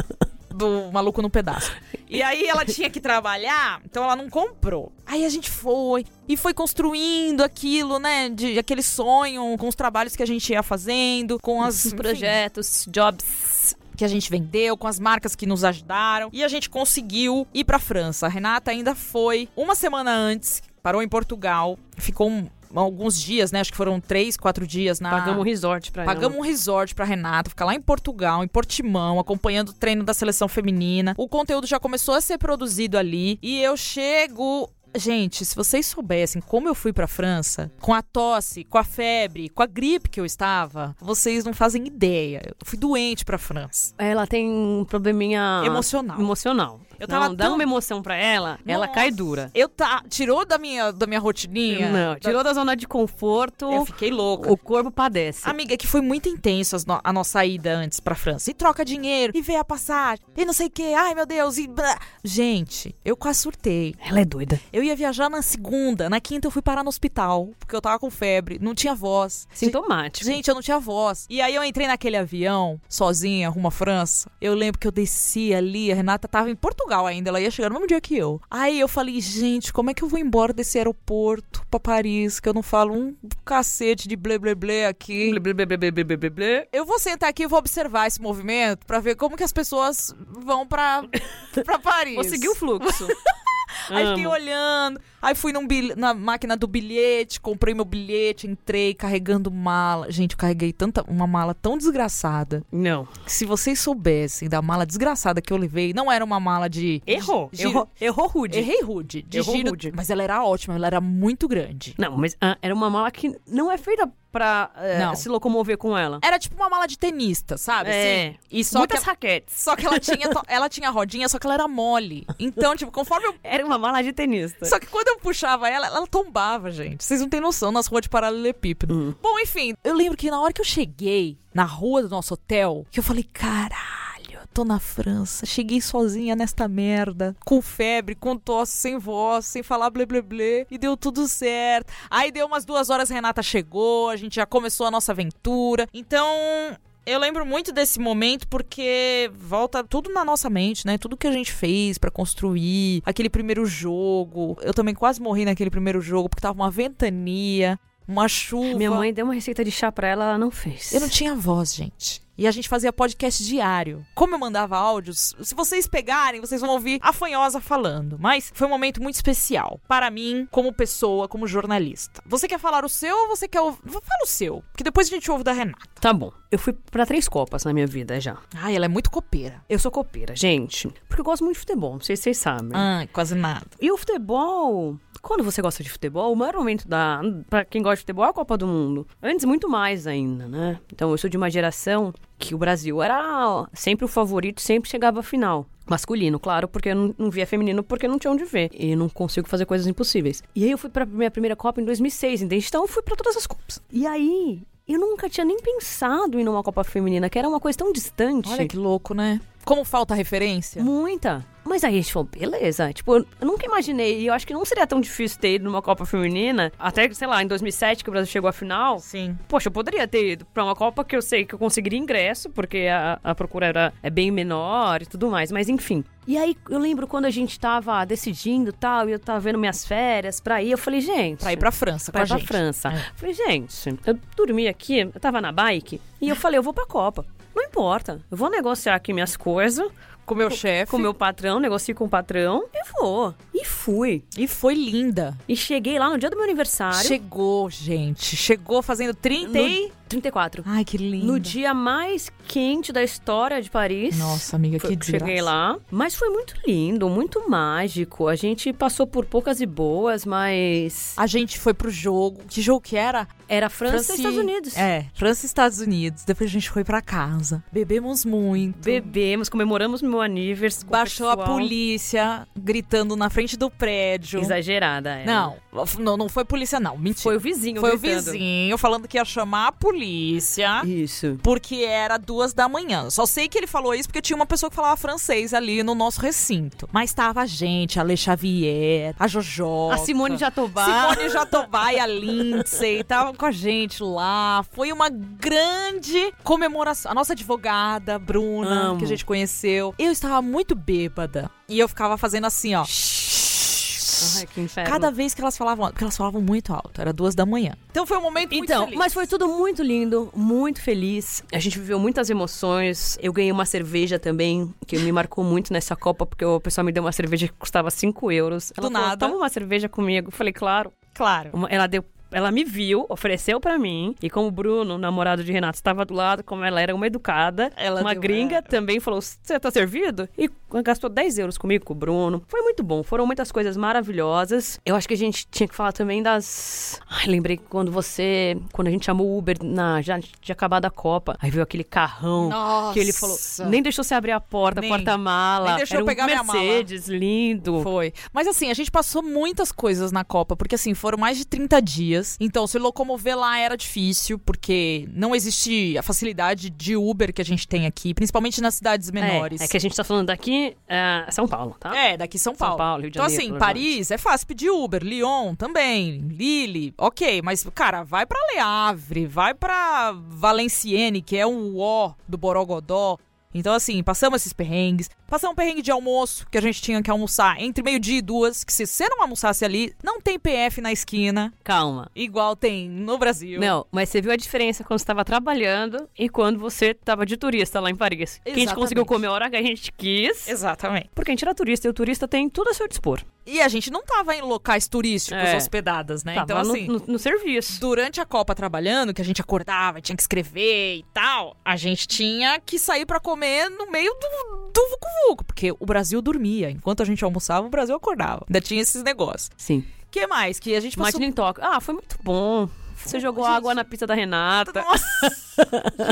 Do maluco no pedaço. E aí ela tinha que trabalhar, então ela não comprou. Aí a gente foi e foi construindo aquilo, né? De aquele sonho, com os trabalhos que a gente ia fazendo, com as Os enfim, projetos, jobs. que a gente vendeu, com as marcas que nos ajudaram. E a gente conseguiu ir pra França. A Renata ainda foi uma semana antes, parou em Portugal, ficou um- alguns dias, né? Acho que foram três, quatro dias na. Pagamos um resort pra Pagamos um resort pra Renata, ficar lá em Portugal, em Portimão, acompanhando o treino da seleção feminina. O conteúdo já começou a ser produzido ali e eu chego. Gente, se vocês soubessem como eu fui pra França, com a tosse, com a febre, com a gripe que eu estava, vocês não fazem ideia. Eu fui doente pra França. ela. Ela tem um probleminha... Emocional. Emocional. Eu tava Não, dá tão- uma emoção pra ela, ela Nossa. cai dura. Eu tá. Tirou da minha, da minha rotininha? Não, tirou da zona de conforto, Eu fiquei louca. o corpo padece. Amiga, é que foi muito intenso as no- a nossa ida antes pra França. E troca dinheiro, e vê a passagem, e não sei o quê. Ai, meu Deus, e... blá. Gente, eu quase surtei. Ela é doida. Eu ia viajar na segunda, na quinta eu fui parar no hospital, porque eu tava com febre, não tinha voz. Sintomático. Gente, eu não tinha voz. E aí eu entrei naquele avião, sozinha, rumo à França. Eu lembro que eu desci ali, a Renata tava em Portugal ainda, ela ia chegar no mesmo dia que eu. Aí eu falei, gente, como é que eu vou embora desse aeroporto pra Paris, que eu não falo um cacete de blé blé blé aqui. Blê, blê, blê, blê, blê, blê, blê, blê. Eu vou sentar aqui e vou observar esse movimento pra ver como que as pessoas vão pra, pra Paris. Vou seguir o fluxo. Aí fiquei Amo. olhando, aí fui num bil- na máquina do bilhete, comprei meu bilhete, entrei carregando mala. Gente, eu carreguei tanta uma mala tão desgraçada. Não. que se vocês soubessem da mala desgraçada que eu levei, não era uma mala de Errou. Giro- Errou, errou rude. errei rude, de Errou giro, rude. mas ela era ótima, ela era muito grande. Não, mas ah, era uma mala que não é feita pra eh, Não. se locomover com ela. Era tipo uma mala de tenista, sabe? É. Assim, e só que Muitas raquetes. Só que ela tinha, ela tinha rodinha, só que ela era mole. Então, tipo, conforme eu. Era uma mala de tenista. Só que quando eu puxava ela, ela tombava, gente. Vocês não têm noção nas ruas de paralelepípedo. Bom, enfim, eu lembro que na hora que eu cheguei na rua do nosso hotel, que eu falei, caralho, tô na França, cheguei sozinha nesta merda, com febre, com tosse, sem voz, sem falar blé blé blé, e deu tudo certo. Aí deu umas duas horas, Renata chegou, a gente já começou a nossa aventura. Então, Eu lembro muito desse momento porque volta tudo na nossa mente, né? Tudo que a gente fez pra construir, aquele primeiro jogo. Eu também quase morri naquele primeiro jogo porque tava uma ventania, uma chuva. Minha mãe deu uma receita de chá pra ela, ela não fez. Eu não tinha voz, gente. E a gente fazia podcast diário. Como eu mandava áudios, se vocês pegarem, vocês vão ouvir a fanhosa falando. Mas foi um momento muito especial para mim, como pessoa, como jornalista. Você quer falar o seu ou você quer ouvir? Fala o seu, porque depois a gente ouve da Renata. Tá bom. Eu fui pra três copas na minha vida já. Ai, ela é muito copeira. Eu sou copeira, gente. Porque eu gosto muito de futebol, não sei se vocês sabem. Ai, quase nada. E o futebol. Quando você gosta de futebol, o maior momento da. Pra quem gosta de futebol é a Copa do Mundo. Antes, muito mais ainda, né? Então, eu sou de uma geração que o Brasil era sempre o favorito, sempre chegava à final. Masculino, claro, porque eu não, não via feminino porque não tinha onde ver. E não consigo fazer coisas impossíveis. E aí eu fui pra minha primeira Copa em 2006, entende? Então eu fui pra todas as Copas. E aí, eu nunca tinha nem pensado em uma Copa Feminina, que era uma coisa tão distante. Olha que louco, né? Como falta referência? Muita. Mas aí a gente falou, beleza. Tipo, eu nunca imaginei. E eu acho que não seria tão difícil ter ido numa Copa Feminina. Até, sei lá, em 2007, que o Brasil chegou à final. Sim. Poxa, eu poderia ter ido pra uma Copa que eu sei que eu conseguiria ingresso, porque a, a procura era, é bem menor e tudo mais. Mas enfim. E aí eu lembro quando a gente tava decidindo e tal, e eu tava vendo minhas férias pra ir, eu falei, gente. Pra ir pra França, Pra ir com a pra gente. É. França. Falei, gente, eu dormi aqui, eu tava na bike, e eu falei, eu vou pra Copa. Não importa, eu vou negociar aqui minhas coisas, Com o meu chefe. com o meu patrão, negocio com o patrão, e vou. E fui. E foi linda. E cheguei lá no dia do meu aniversário. Chegou, gente. Chegou fazendo 30 e... no... 34. Ai, que linda. No dia mais quente da história de Paris. Nossa, amiga, Foi- que desgraça. Cheguei lá, mas foi muito lindo, muito mágico. A gente passou por poucas e boas, mas A gente foi pro jogo. Que jogo que era? era França e Estados Unidos. É, França e Estados Unidos. Depois a gente foi pra casa. Bebemos muito. Bebemos, comemoramos meu aniversário. com o Baixou a pessoal. polícia gritando na frente do prédio. Exagerada, é. Não, não, não foi polícia, não. Mentira. Foi o vizinho Foi o gritando. vizinho falando que ia chamar a polícia. Isso. Porque era duas da manhã. Só sei que ele falou isso porque tinha uma pessoa que falava francês ali no nosso recinto. Mas tava a gente, a Le Xavier, a Jojo. A Simone Jatobá. Simone Jatobá e a Lindsay estavam com a gente lá. Foi uma grande comemoração. A nossa advogada, Bruna, Amo. que a gente conheceu. Eu estava muito bêbada. E eu ficava fazendo assim, ó. Ai, que inferno. Cada vez que elas falavam, porque elas falavam muito alto, era duas da manhã. Então foi um momento muito Então, feliz. mas foi tudo muito lindo, muito feliz. A gente viveu muitas emoções. Eu ganhei uma cerveja também, que me marcou muito nessa Copa, porque o pessoal me deu uma cerveja que custava 5 euros. Ela Do falou, nada. toma uma cerveja comigo. Eu falei, claro. claro. Uma- Ela deu. Ela me viu, ofereceu pra mim, e como o Bruno, namorado de Renato, estava do lado, como ela era uma educada, Ela uma deu- gringa, é. também falou: Você tá servido? E gastou 10 euros comigo, com o Bruno. Foi muito bom, foram muitas coisas maravilhosas. Eu acho que a gente tinha que falar também das. Ai, lembrei quando você. Quando a gente chamou o Uber, na... já tinha acabado a Copa, aí veio aquele carrão. Nossa. Que ele falou, nem deixou você abrir a porta, Nem. porta-mala. Nem deixou Era eu um pegar minha mala. Mercedes, lindo. Foi. Mas assim, a gente passou muitas coisas na Copa, porque assim, foram mais de 30 dias. Então, se locomover lá era difícil, porque não existe a facilidade de Uber que a gente tem aqui, principalmente nas cidades menores. É, é que a gente tá falando daqui, é, São Paulo, tá? É, daqui São Paulo. São Paulo, Rio de então, Janeiro, assim, Belo Paris é fácil pedir Uber, Lyon também, Lille, ok, mas, cara, vai pra Le Havre, vai pra Valenciennes, que é um O do Borogodó. Então, assim, passamos esses perrengues. Passamos um perrengue de almoço, que a gente tinha que almoçar entre meio-dia e duas, que se você não almoçasse ali, não tem PF na esquina, Calma. igual tem no Brasil. Não, mas você viu a diferença quando você estava trabalhando e quando você estava de turista lá em Paris. Que a gente Exatamente. conseguiu comer a hora que a gente quis. Exatamente. Porque a gente era turista e o turista tem tudo a seu dispor. E a gente não tava em locais turísticos É. hospedadas, né? Tava então, no- assim. no, no serviço. durante a Copa trabalhando, que a gente acordava, tinha que escrever e tal, a gente tinha que sair pra comer no meio do, do Vucu Vucu, porque o Brasil dormia. Enquanto a gente almoçava, o Brasil acordava. Ainda tinha esses negócios. Sim. que mais? Que a gente passou... Imagina em Tóquio. Ah, foi muito bom. Você jogou água na pista da Renata. Nossa!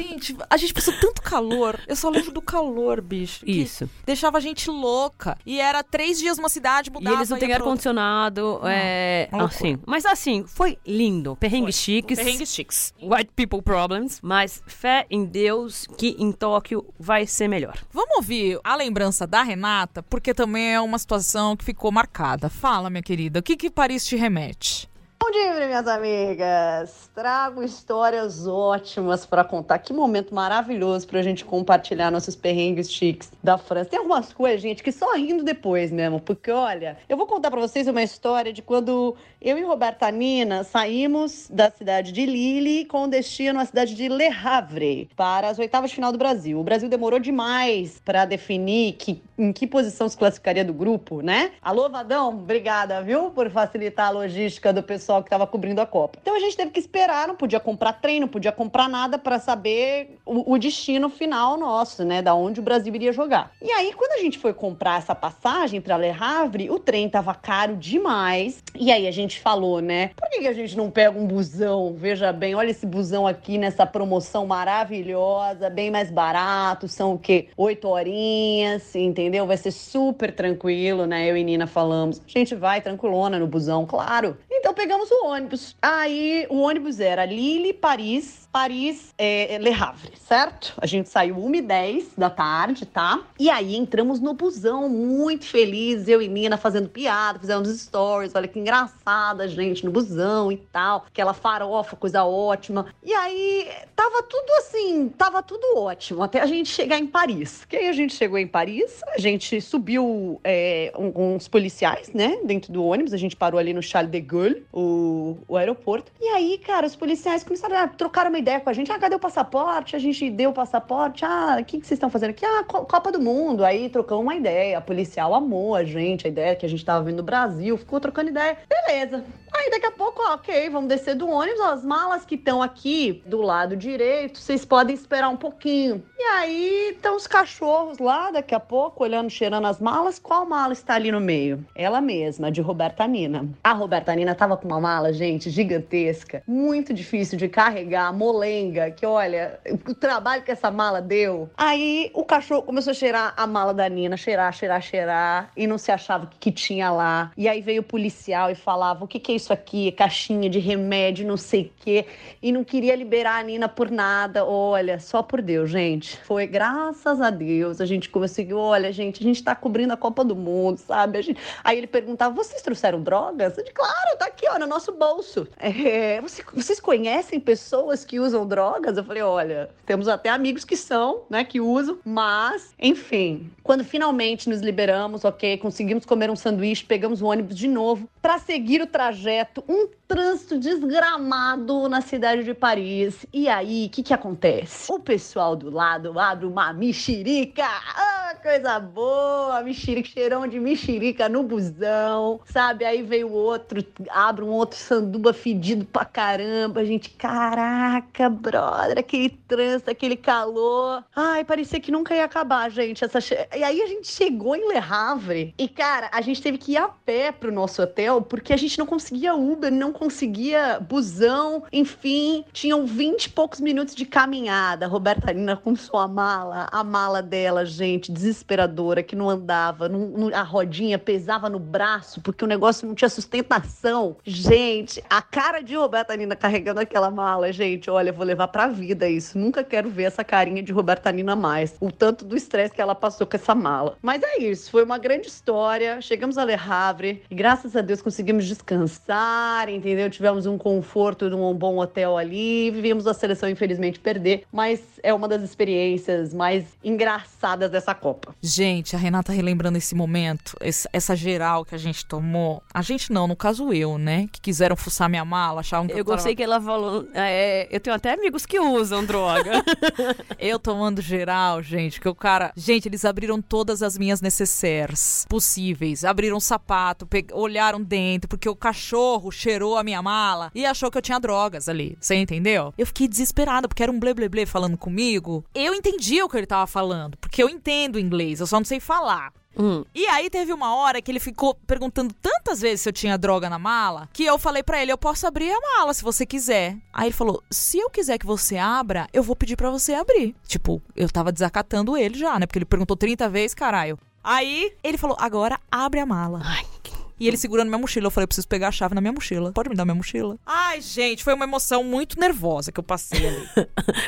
gente, a gente passou tanto calor. Eu só lembro do calor, bicho. que Isso. Deixava a gente louca. E era três dias uma cidade, E mudava. eles não têm ia pra outra. ar-condicionado. É. uma loucura. Assim. Mas assim, foi lindo. Perrengues chiques. Perrengues chiques. White people problems. Mas fé em Deus que em Tóquio vai ser melhor. Vamos ouvir a lembrança da Renata, porque também é uma situação que ficou marcada. Fala, minha querida, o que, que Paris te remete? Bom Sessão livre, minhas amigas! Trago histórias ótimas para contar. Que momento maravilhoso pra gente compartilhar nossos perrengues chiques da França. Tem algumas coisas, gente, que só rindo depois mesmo. Porque, olha, eu vou contar para vocês uma história de quando eu e Roberta Nina saímos da cidade de Lille com destino à cidade de Le Havre para as oitavas de final do Brasil. O Brasil demorou demais para definir que, em que posição se classificaria do grupo, né? Alô, Vadão, obrigada, viu, por facilitar a logística do pessoal que estava cobrindo a Copa. Então a gente teve que esperar, não podia comprar trem, não podia comprar nada para saber o, o destino final nosso, né? Da onde o Brasil iria jogar. E aí, quando a gente foi comprar essa passagem para Le Havre, o trem tava caro demais. E aí a gente falou, né? Por que, que a gente não pega um busão? Veja bem, olha esse busão aqui nessa promoção maravilhosa, bem mais barato, são o quê? Oito horinhas, entendeu? Vai ser super tranquilo, né? Eu e Nina falamos. A gente vai tranquilona no busão, claro. Então pegamos o ônibus. Aí o ônibus era Lille, Paris, Paris, é, Le Havre, certo? A gente saiu 1h10 da tarde, tá? E aí entramos no busão, muito feliz, eu e Nina fazendo piada, fizemos stories, olha que engraçada, gente, no busão e tal. Aquela farofa, coisa ótima. E aí tava tudo assim, tava tudo ótimo, até a gente chegar em Paris. Que aí a gente chegou em Paris, a gente subiu é, um- uns policiais, né, dentro do ônibus, a gente parou ali no Charles de Gaulle, o, o aeroporto. E aí, cara, os policiais começaram a trocar uma ideia com a gente. Ah, cadê o passaporte? A gente deu o passaporte. Ah, o que, que vocês estão fazendo aqui? Ah, Co- Copa do Mundo. Aí trocamos uma ideia. A policial amou a gente, a ideia que a gente tava vindo do Brasil, ficou trocando ideia. Beleza. Aí daqui a pouco, ó, ok, vamos descer do ônibus. Ó, as malas que estão aqui do lado direito, vocês podem esperar um pouquinho. E aí estão os cachorros lá, daqui a pouco, olhando, cheirando as malas. Qual mala está ali no meio? Ela mesma, de Roberta Nina. A Roberta Nina tava com uma mala, gente, gigantesca, muito difícil de carregar, molenga, que olha, o trabalho que essa mala deu. Aí o cachorro começou a cheirar a mala da Nina, cheirar, cheirar, cheirar, e não se achava o que, que tinha lá. E aí veio o policial e falava: o que, que é isso aqui? É Caixinha de remédio, não sei o quê. E não queria liberar a Nina por nada. Olha, só por Deus, gente. Foi graças a Deus a gente conseguiu. Olha, gente, a gente tá cobrindo a Copa do Mundo, sabe? A gente- Aí ele perguntava: vocês trouxeram drogas? Eu disse, claro, tá aqui, ó, no nosso bolso. É, "Você- vocês conhecem pessoas que usam drogas? Eu falei: olha, temos até amigos que são, né, que usam, mas, enfim. Quando finalmente nos liberamos, ok, conseguimos comer um sanduíche, pegamos o ônibus de novo pra seguir o trajeto, um trânsito desgramado na cidade de Paris. E aí, o que que acontece? O pessoal do lado abre uma mexerica. Ah, coisa boa, mexerica, cheirão de mexerica no busão, sabe? Aí veio outro, abre um outro sanduba fedido pra caramba, gente. Caraca, brother, aquele trânsito, aquele calor. Ai, parecia que nunca ia acabar, gente. Essa che- E aí a gente chegou em Le Havre e, cara, a gente teve que ir a pé pro nosso hotel porque a gente não conseguia Uber, não conseguia busão, enfim. Tinham 20 e poucos minutos de caminhada. Roberta Nina com sua mala, a mala dela, gente, desesperadora, que não andava, não- não- a rodinha pesava no braço porque o negócio não tinha sustentação. Gente, a cara de Roberta Nina carregando aquela mala, gente, olha, eu vou levar pra vida isso. Nunca quero ver essa carinha de Roberta Nina mais. O tanto do estresse que ela passou com essa mala. Mas é isso, foi uma grande história. Chegamos a Le Havre e graças a Deus conseguimos descansar, entendeu? Tivemos um conforto num bom hotel ali. Vivemos a seleção, infelizmente, perder, mas é uma das experiências mais engraçadas dessa Copa. Gente, a Renata relembrando esse momento, esse- essa geral que a gente tomou. A gente não, no caso eu, né? Que quiseram fuçar minha mala, achavam que eu, Eu gostei que ela falou. é, eu tenho até amigos que usam droga. tava- Eu tomando geral, gente, que o cara... Gente, eles abriram todas as minhas necessaires possíveis. Abriram sapato, pe- olharam dentro, porque o cachorro cheirou a minha mala e achou que eu tinha drogas ali. Você entendeu? Eu fiquei desesperada, porque era um blé blé blé falando comigo. Eu entendia o que ele tava falando, porque eu entendo inglês, eu só não sei falar. Hum. E aí teve uma hora que ele ficou perguntando tantas vezes se eu tinha droga na mala, que eu falei pra ele, eu posso abrir a mala se você quiser. Aí ele falou: "Se eu quiser que você abra, eu vou pedir pra você abrir". Tipo, eu tava desacatando ele já, né? Porque ele perguntou 30 vezes, caralho. Aí ele falou: "Agora abre a mala". Ai, que- E ele segurando minha mochila. Eu falei, preciso pegar a chave na minha mochila. Pode me dar minha mochila? Ai, gente, foi uma emoção muito nervosa que eu passei ali.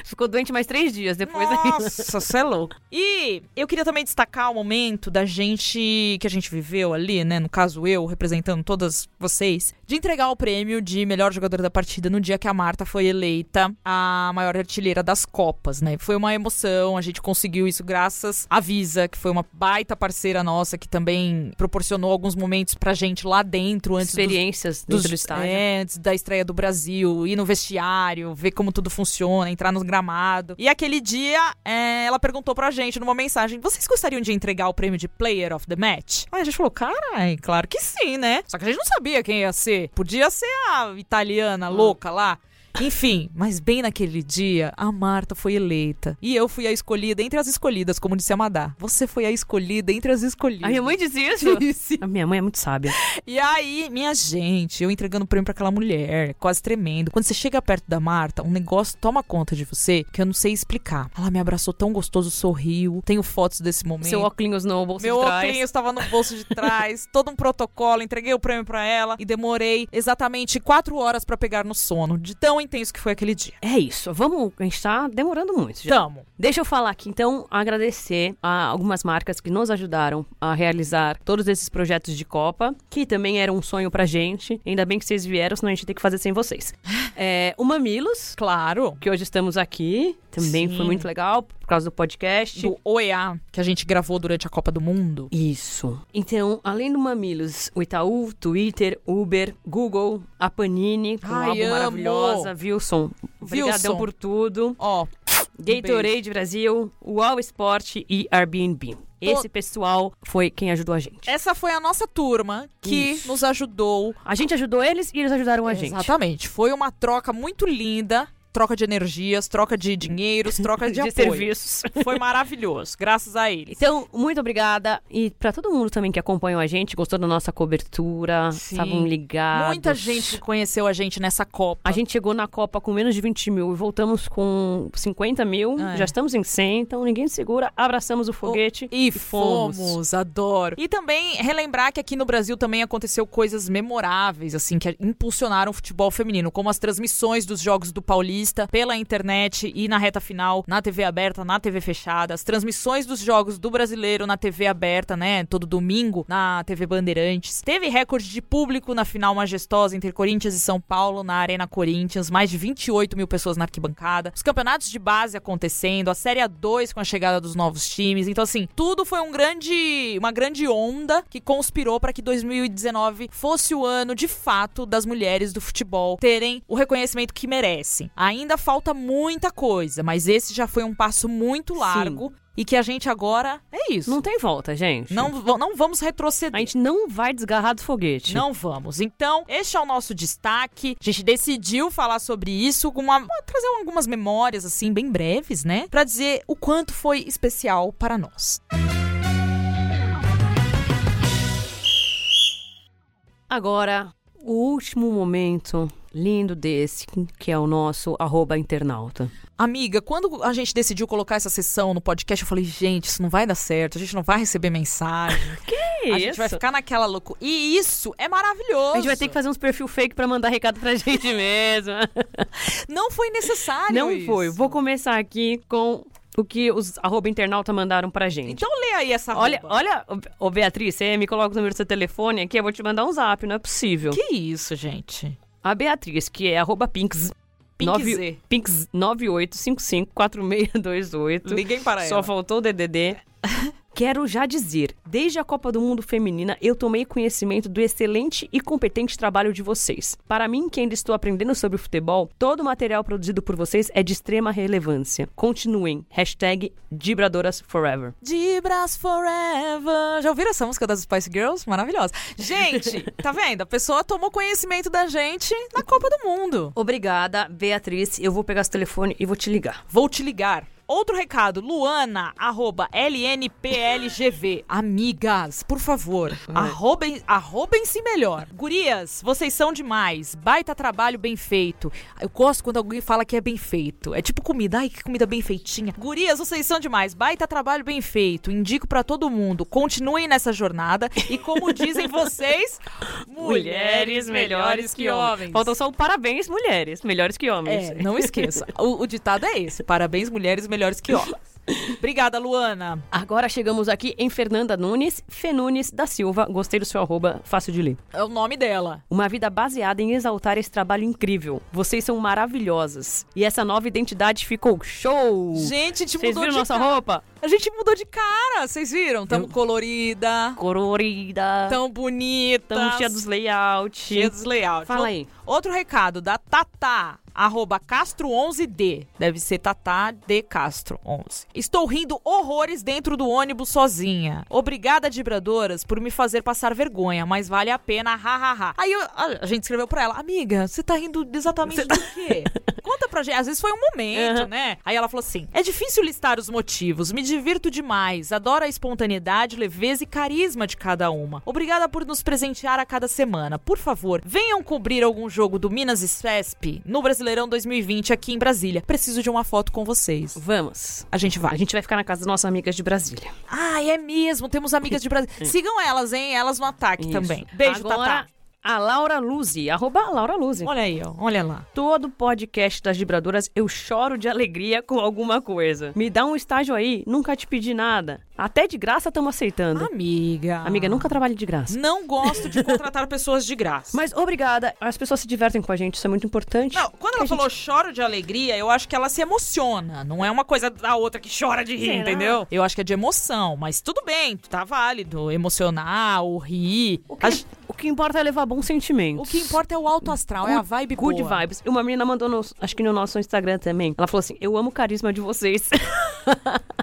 Ficou doente mais três dias depois ainda. Nossa, você é louco. E eu queria também destacar o momento da gente que a gente viveu ali, né? No caso, eu, representando todas vocês, de entregar o prêmio de melhor jogadora da partida no dia que a Marta foi eleita a maior artilheira das Copas, né? Foi uma emoção, a gente conseguiu isso graças à Visa, que foi uma baita parceira nossa, que também proporcionou alguns momentos pra gente lá dentro antes dos Experiências dentro do estádio. é, antes da estreia do Brasil, ir no vestiário, ver como tudo funciona, entrar no gramado. E aquele dia, é, ela perguntou pra gente numa mensagem: vocês gostariam de entregar o prêmio de Player of the Match? Aí a gente falou: carai, claro que sim, né? Só que a gente não sabia quem ia ser. Podia ser a Ah. italiana louca lá. Enfim, mas bem naquele dia, a Marta foi eleita. E eu fui a escolhida entre as escolhidas, como disse a Madá. Você foi a escolhida entre as escolhidas. A minha mãe dizia isso? Disse. A minha mãe é muito sábia. E aí, minha gente, eu entregando o prêmio pra aquela mulher, quase tremendo. Quando você chega perto da Marta, um negócio toma conta de você que eu não sei explicar. Ela me abraçou tão gostoso, sorriu. Tenho fotos desse momento. Seu óculos no bolso Meu de trás. óculos estava no bolso de trás, todo um protocolo, entreguei o prêmio pra ela e demorei exatamente quatro horas pra pegar no sono, de tão intenso que foi aquele dia. É isso. Vamos. A gente tá demorando muito já. Tamo. Deixa eu falar aqui, então, agradecer a algumas marcas que nos ajudaram a realizar todos esses projetos de Copa, que também era um sonho pra gente. Ainda bem que vocês vieram, senão a gente tem que fazer sem vocês. É, o Mamilos, Claro. que hoje estamos aqui, também Sim. foi muito legal, por causa do podcast. Do OEA, que a gente gravou durante a Copa do Mundo. Isso. Então, além do Mamilos, o Itaú, Twitter, Uber, Google, a Panini, com Ai, uma álbum amo. maravilhosa, Wilson, obrigadão Wilson. Um por tudo, Ó, Gatorade Brasil, UOL Esporte e Airbnb. Esse pessoal foi quem ajudou a gente. essa foi a nossa turma que Isso. nos ajudou A gente ajudou eles e eles ajudaram a gente. Exatamente. Foi uma troca muito linda. Troca de energias, troca de dinheiros, troca de, De, apoio. serviços. Foi maravilhoso, graças a eles. Então, muito obrigada. E pra todo mundo também que acompanhou a gente, gostou da nossa cobertura, Sim. estavam ligados. Muita gente que conheceu a gente nessa Copa. A gente chegou na Copa com menos de 20 mil e voltamos com 50 mil. Ah, é. Já estamos em 100, então ninguém segura. Abraçamos o foguete E fomos. adoro. E também relembrar que aqui no Brasil também aconteceu coisas memoráveis, assim, que impulsionaram o futebol feminino, como as transmissões dos jogos do Paulista pela internet e na reta final, na TV aberta, na TV fechada, as transmissões dos jogos do brasileiro na TV aberta, né, todo domingo, na TV Bandeirantes. Teve recorde de público na final majestosa entre Corinthians e São Paulo, na Arena Corinthians, mais de 28 mil pessoas na arquibancada, os campeonatos de base acontecendo, a Série A2 com a chegada dos novos times. Então, assim, tudo foi um grande, uma grande onda que conspirou para que 2019 fosse o ano, de fato, das mulheres do futebol terem o reconhecimento que merecem. Ainda falta muita coisa, mas esse já foi um passo muito largo e que a gente agora é isso. Não tem volta, gente. Não, va- não vamos retroceder. A gente não vai desgarrar do foguete. Não vamos. Então, este é o nosso destaque. A gente decidiu falar sobre isso, com uma, uma- trazer algumas memórias, assim, bem breves, né? Pra dizer o quanto foi especial para nós. Agora, o último momento lindo desse, que é o nosso arroba internauta. Amiga, quando a gente decidiu colocar essa sessão no podcast, eu falei, gente, isso não vai dar certo, a gente não vai receber mensagem, É a gente vai ficar naquela loucura. E isso é maravilhoso. A gente vai ter que fazer uns perfil fake pra mandar recado pra gente mesmo. Não foi necessário Não isso. foi. Vou começar aqui com o que os arroba internauta mandaram pra gente. Então lê aí essa Olha, arroba. olha, ô ô, Beatriz, você me coloca o número do seu telefone aqui, eu vou te mandar um zap, não é possível. Que isso, gente? A Beatriz, que é arroba pinks, Nove- Z. pinks 98554628. Liguem para Só ela. faltou o DDD. Quero já dizer, desde a Copa do Mundo Feminina, eu tomei conhecimento do excelente e competente trabalho de vocês. Para mim, que ainda estou aprendendo sobre o futebol, todo o material produzido por vocês é de extrema relevância. Continuem. Hashtag Dibradoras Forever. Dibras Forever. Já ouviram essa música das Spice Girls? Maravilhosa. Gente, tá vendo? A pessoa tomou conhecimento da gente na Copa do Mundo. Obrigada, Beatriz. Eu vou pegar seu telefone e vou te ligar. Vou te ligar. Outro recado, Luana, arroba LNPLGV. Amigas, por favor, arrobem, arrobem-se melhor. Gurias, vocês são demais. Baita trabalho bem feito. Eu gosto quando alguém fala que é bem feito. É tipo comida, ai que comida bem feitinha. Gurias, vocês são demais. Baita trabalho bem feito. Indico pra todo mundo. Continuem nessa jornada e como dizem vocês, mulheres melhores que homens. Faltam só o parabéns, mulheres, melhores que homens. É, não esqueça. O, o ditado é esse. Parabéns, mulheres melhores que homens. Obrigada, Luana. Agora chegamos aqui em Fernanda Nunes, Fenunes da Silva. Gostei do seu arroba, fácil de ler. É o nome dela. Uma vida baseada em exaltar esse trabalho incrível. Vocês são maravilhosas. E essa nova identidade ficou show! Gente, te Uh. Vocês mudou viram de nossa cara. roupa? A gente mudou de cara, vocês viram? Tamo colorida, Colorida. tão bonita. Estamos cheia dos layouts. cheia dos layouts. Fala aí. Outro recado da Tatá. Arroba Castro11D. Deve ser Tatá de Castro11. Estou rindo horrores dentro do ônibus sozinha. Obrigada, vibradoras, por me fazer passar vergonha, mas vale a pena, hahaha. Aí eu- a- a gente escreveu pra ela, amiga, você tá rindo exatamente do quê? Conta pra gente. Às vezes foi um momento, Aham. né? Aí ela falou assim: é difícil listar os motivos, me divirto demais, adoro a espontaneidade, leveza e carisma de cada uma. Obrigada por nos presentear a cada semana. Por favor, venham cobrir algum jogo do Minas e Cesp no Brasileirão 2020 aqui em Brasília. Preciso de uma foto com vocês. Vamos. A gente A vai. gente vai ficar na casa das nossas amigas de Brasília. Ah, é mesmo. Temos amigas de Brasil. Sigam elas, hein? Elas no ataque Isso. também. Beijo, Agora, Tatá. a Laura Luzi, arroba Laura Luzi. Olha aí, ó. Olha lá. Todo podcast das vibradoras eu choro de alegria com alguma coisa. Me dá um estágio aí, nunca te pedi nada. Até de graça estamos aceitando. Amiga. Amiga, nunca trabalhe de graça. Não gosto de contratar pessoas de graça. Mas obrigada, as pessoas se divertem com a gente, isso é muito importante. Não, quando ela Que a falou choro de alegria, eu acho que ela se emociona. Não é uma coisa da outra que chora de rir, Será? entendeu? Eu acho que é de emoção, mas tudo bem, tá válido. Emocionar, ou rir. O A que, gen- o que importa é levar bons sentimentos. o que importa é o alto astral, é a vibe Good boa. vibes. E uma menina mandou, no- acho que no nosso Instagram também. Ela falou assim: Eu amo o carisma de vocês.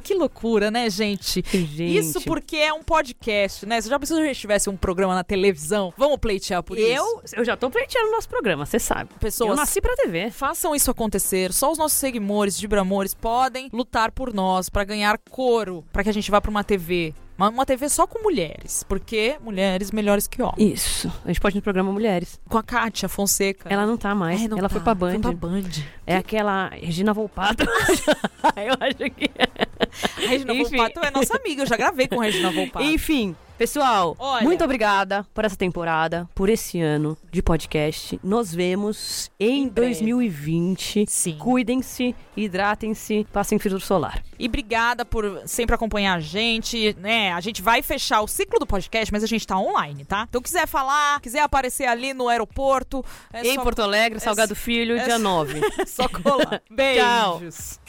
Que loucura, né, gente? Gente. Isso porque é um podcast, né? Você já pensou se a gente tivesse um programa na televisão? Vamos pleitear por isso? Eu, eu já tô pleiteando o nosso programa, você sabe. Pessoas- Eu nasci pra TV. Façam isso acontecer. Só os nossos seguidores, Dibramores, podem lutar por nós pra ganhar coro, pra que a gente vá pra uma TV. Uma, uma TV só com mulheres, porque mulheres melhores que homens. Isso. A gente pode ir no programa Mulheres. Com a Kátia Fonseca. Ela não tá mais. É, não ela tá. foi pra Band. Foi pra Band. É aquela Regina Volpato. eu acho que é. A Regina Enfim. Volpato é nossa amiga, eu já gravei com a Regina Volpato. Enfim, pessoal, Olha. muito obrigada por essa temporada, por esse ano de podcast. Nos vemos em, Em breve. 2020. Sim. Cuidem-se, hidratem-se, passem filtro solar. E obrigada por sempre acompanhar a gente, né? A gente vai fechar o ciclo do podcast, mas a gente tá online, tá? Então quiser falar, quiser aparecer ali no aeroporto, é em só, Porto Alegre, é Salgado Filho, é dia só- 9. só colar. Tchau. Beijos.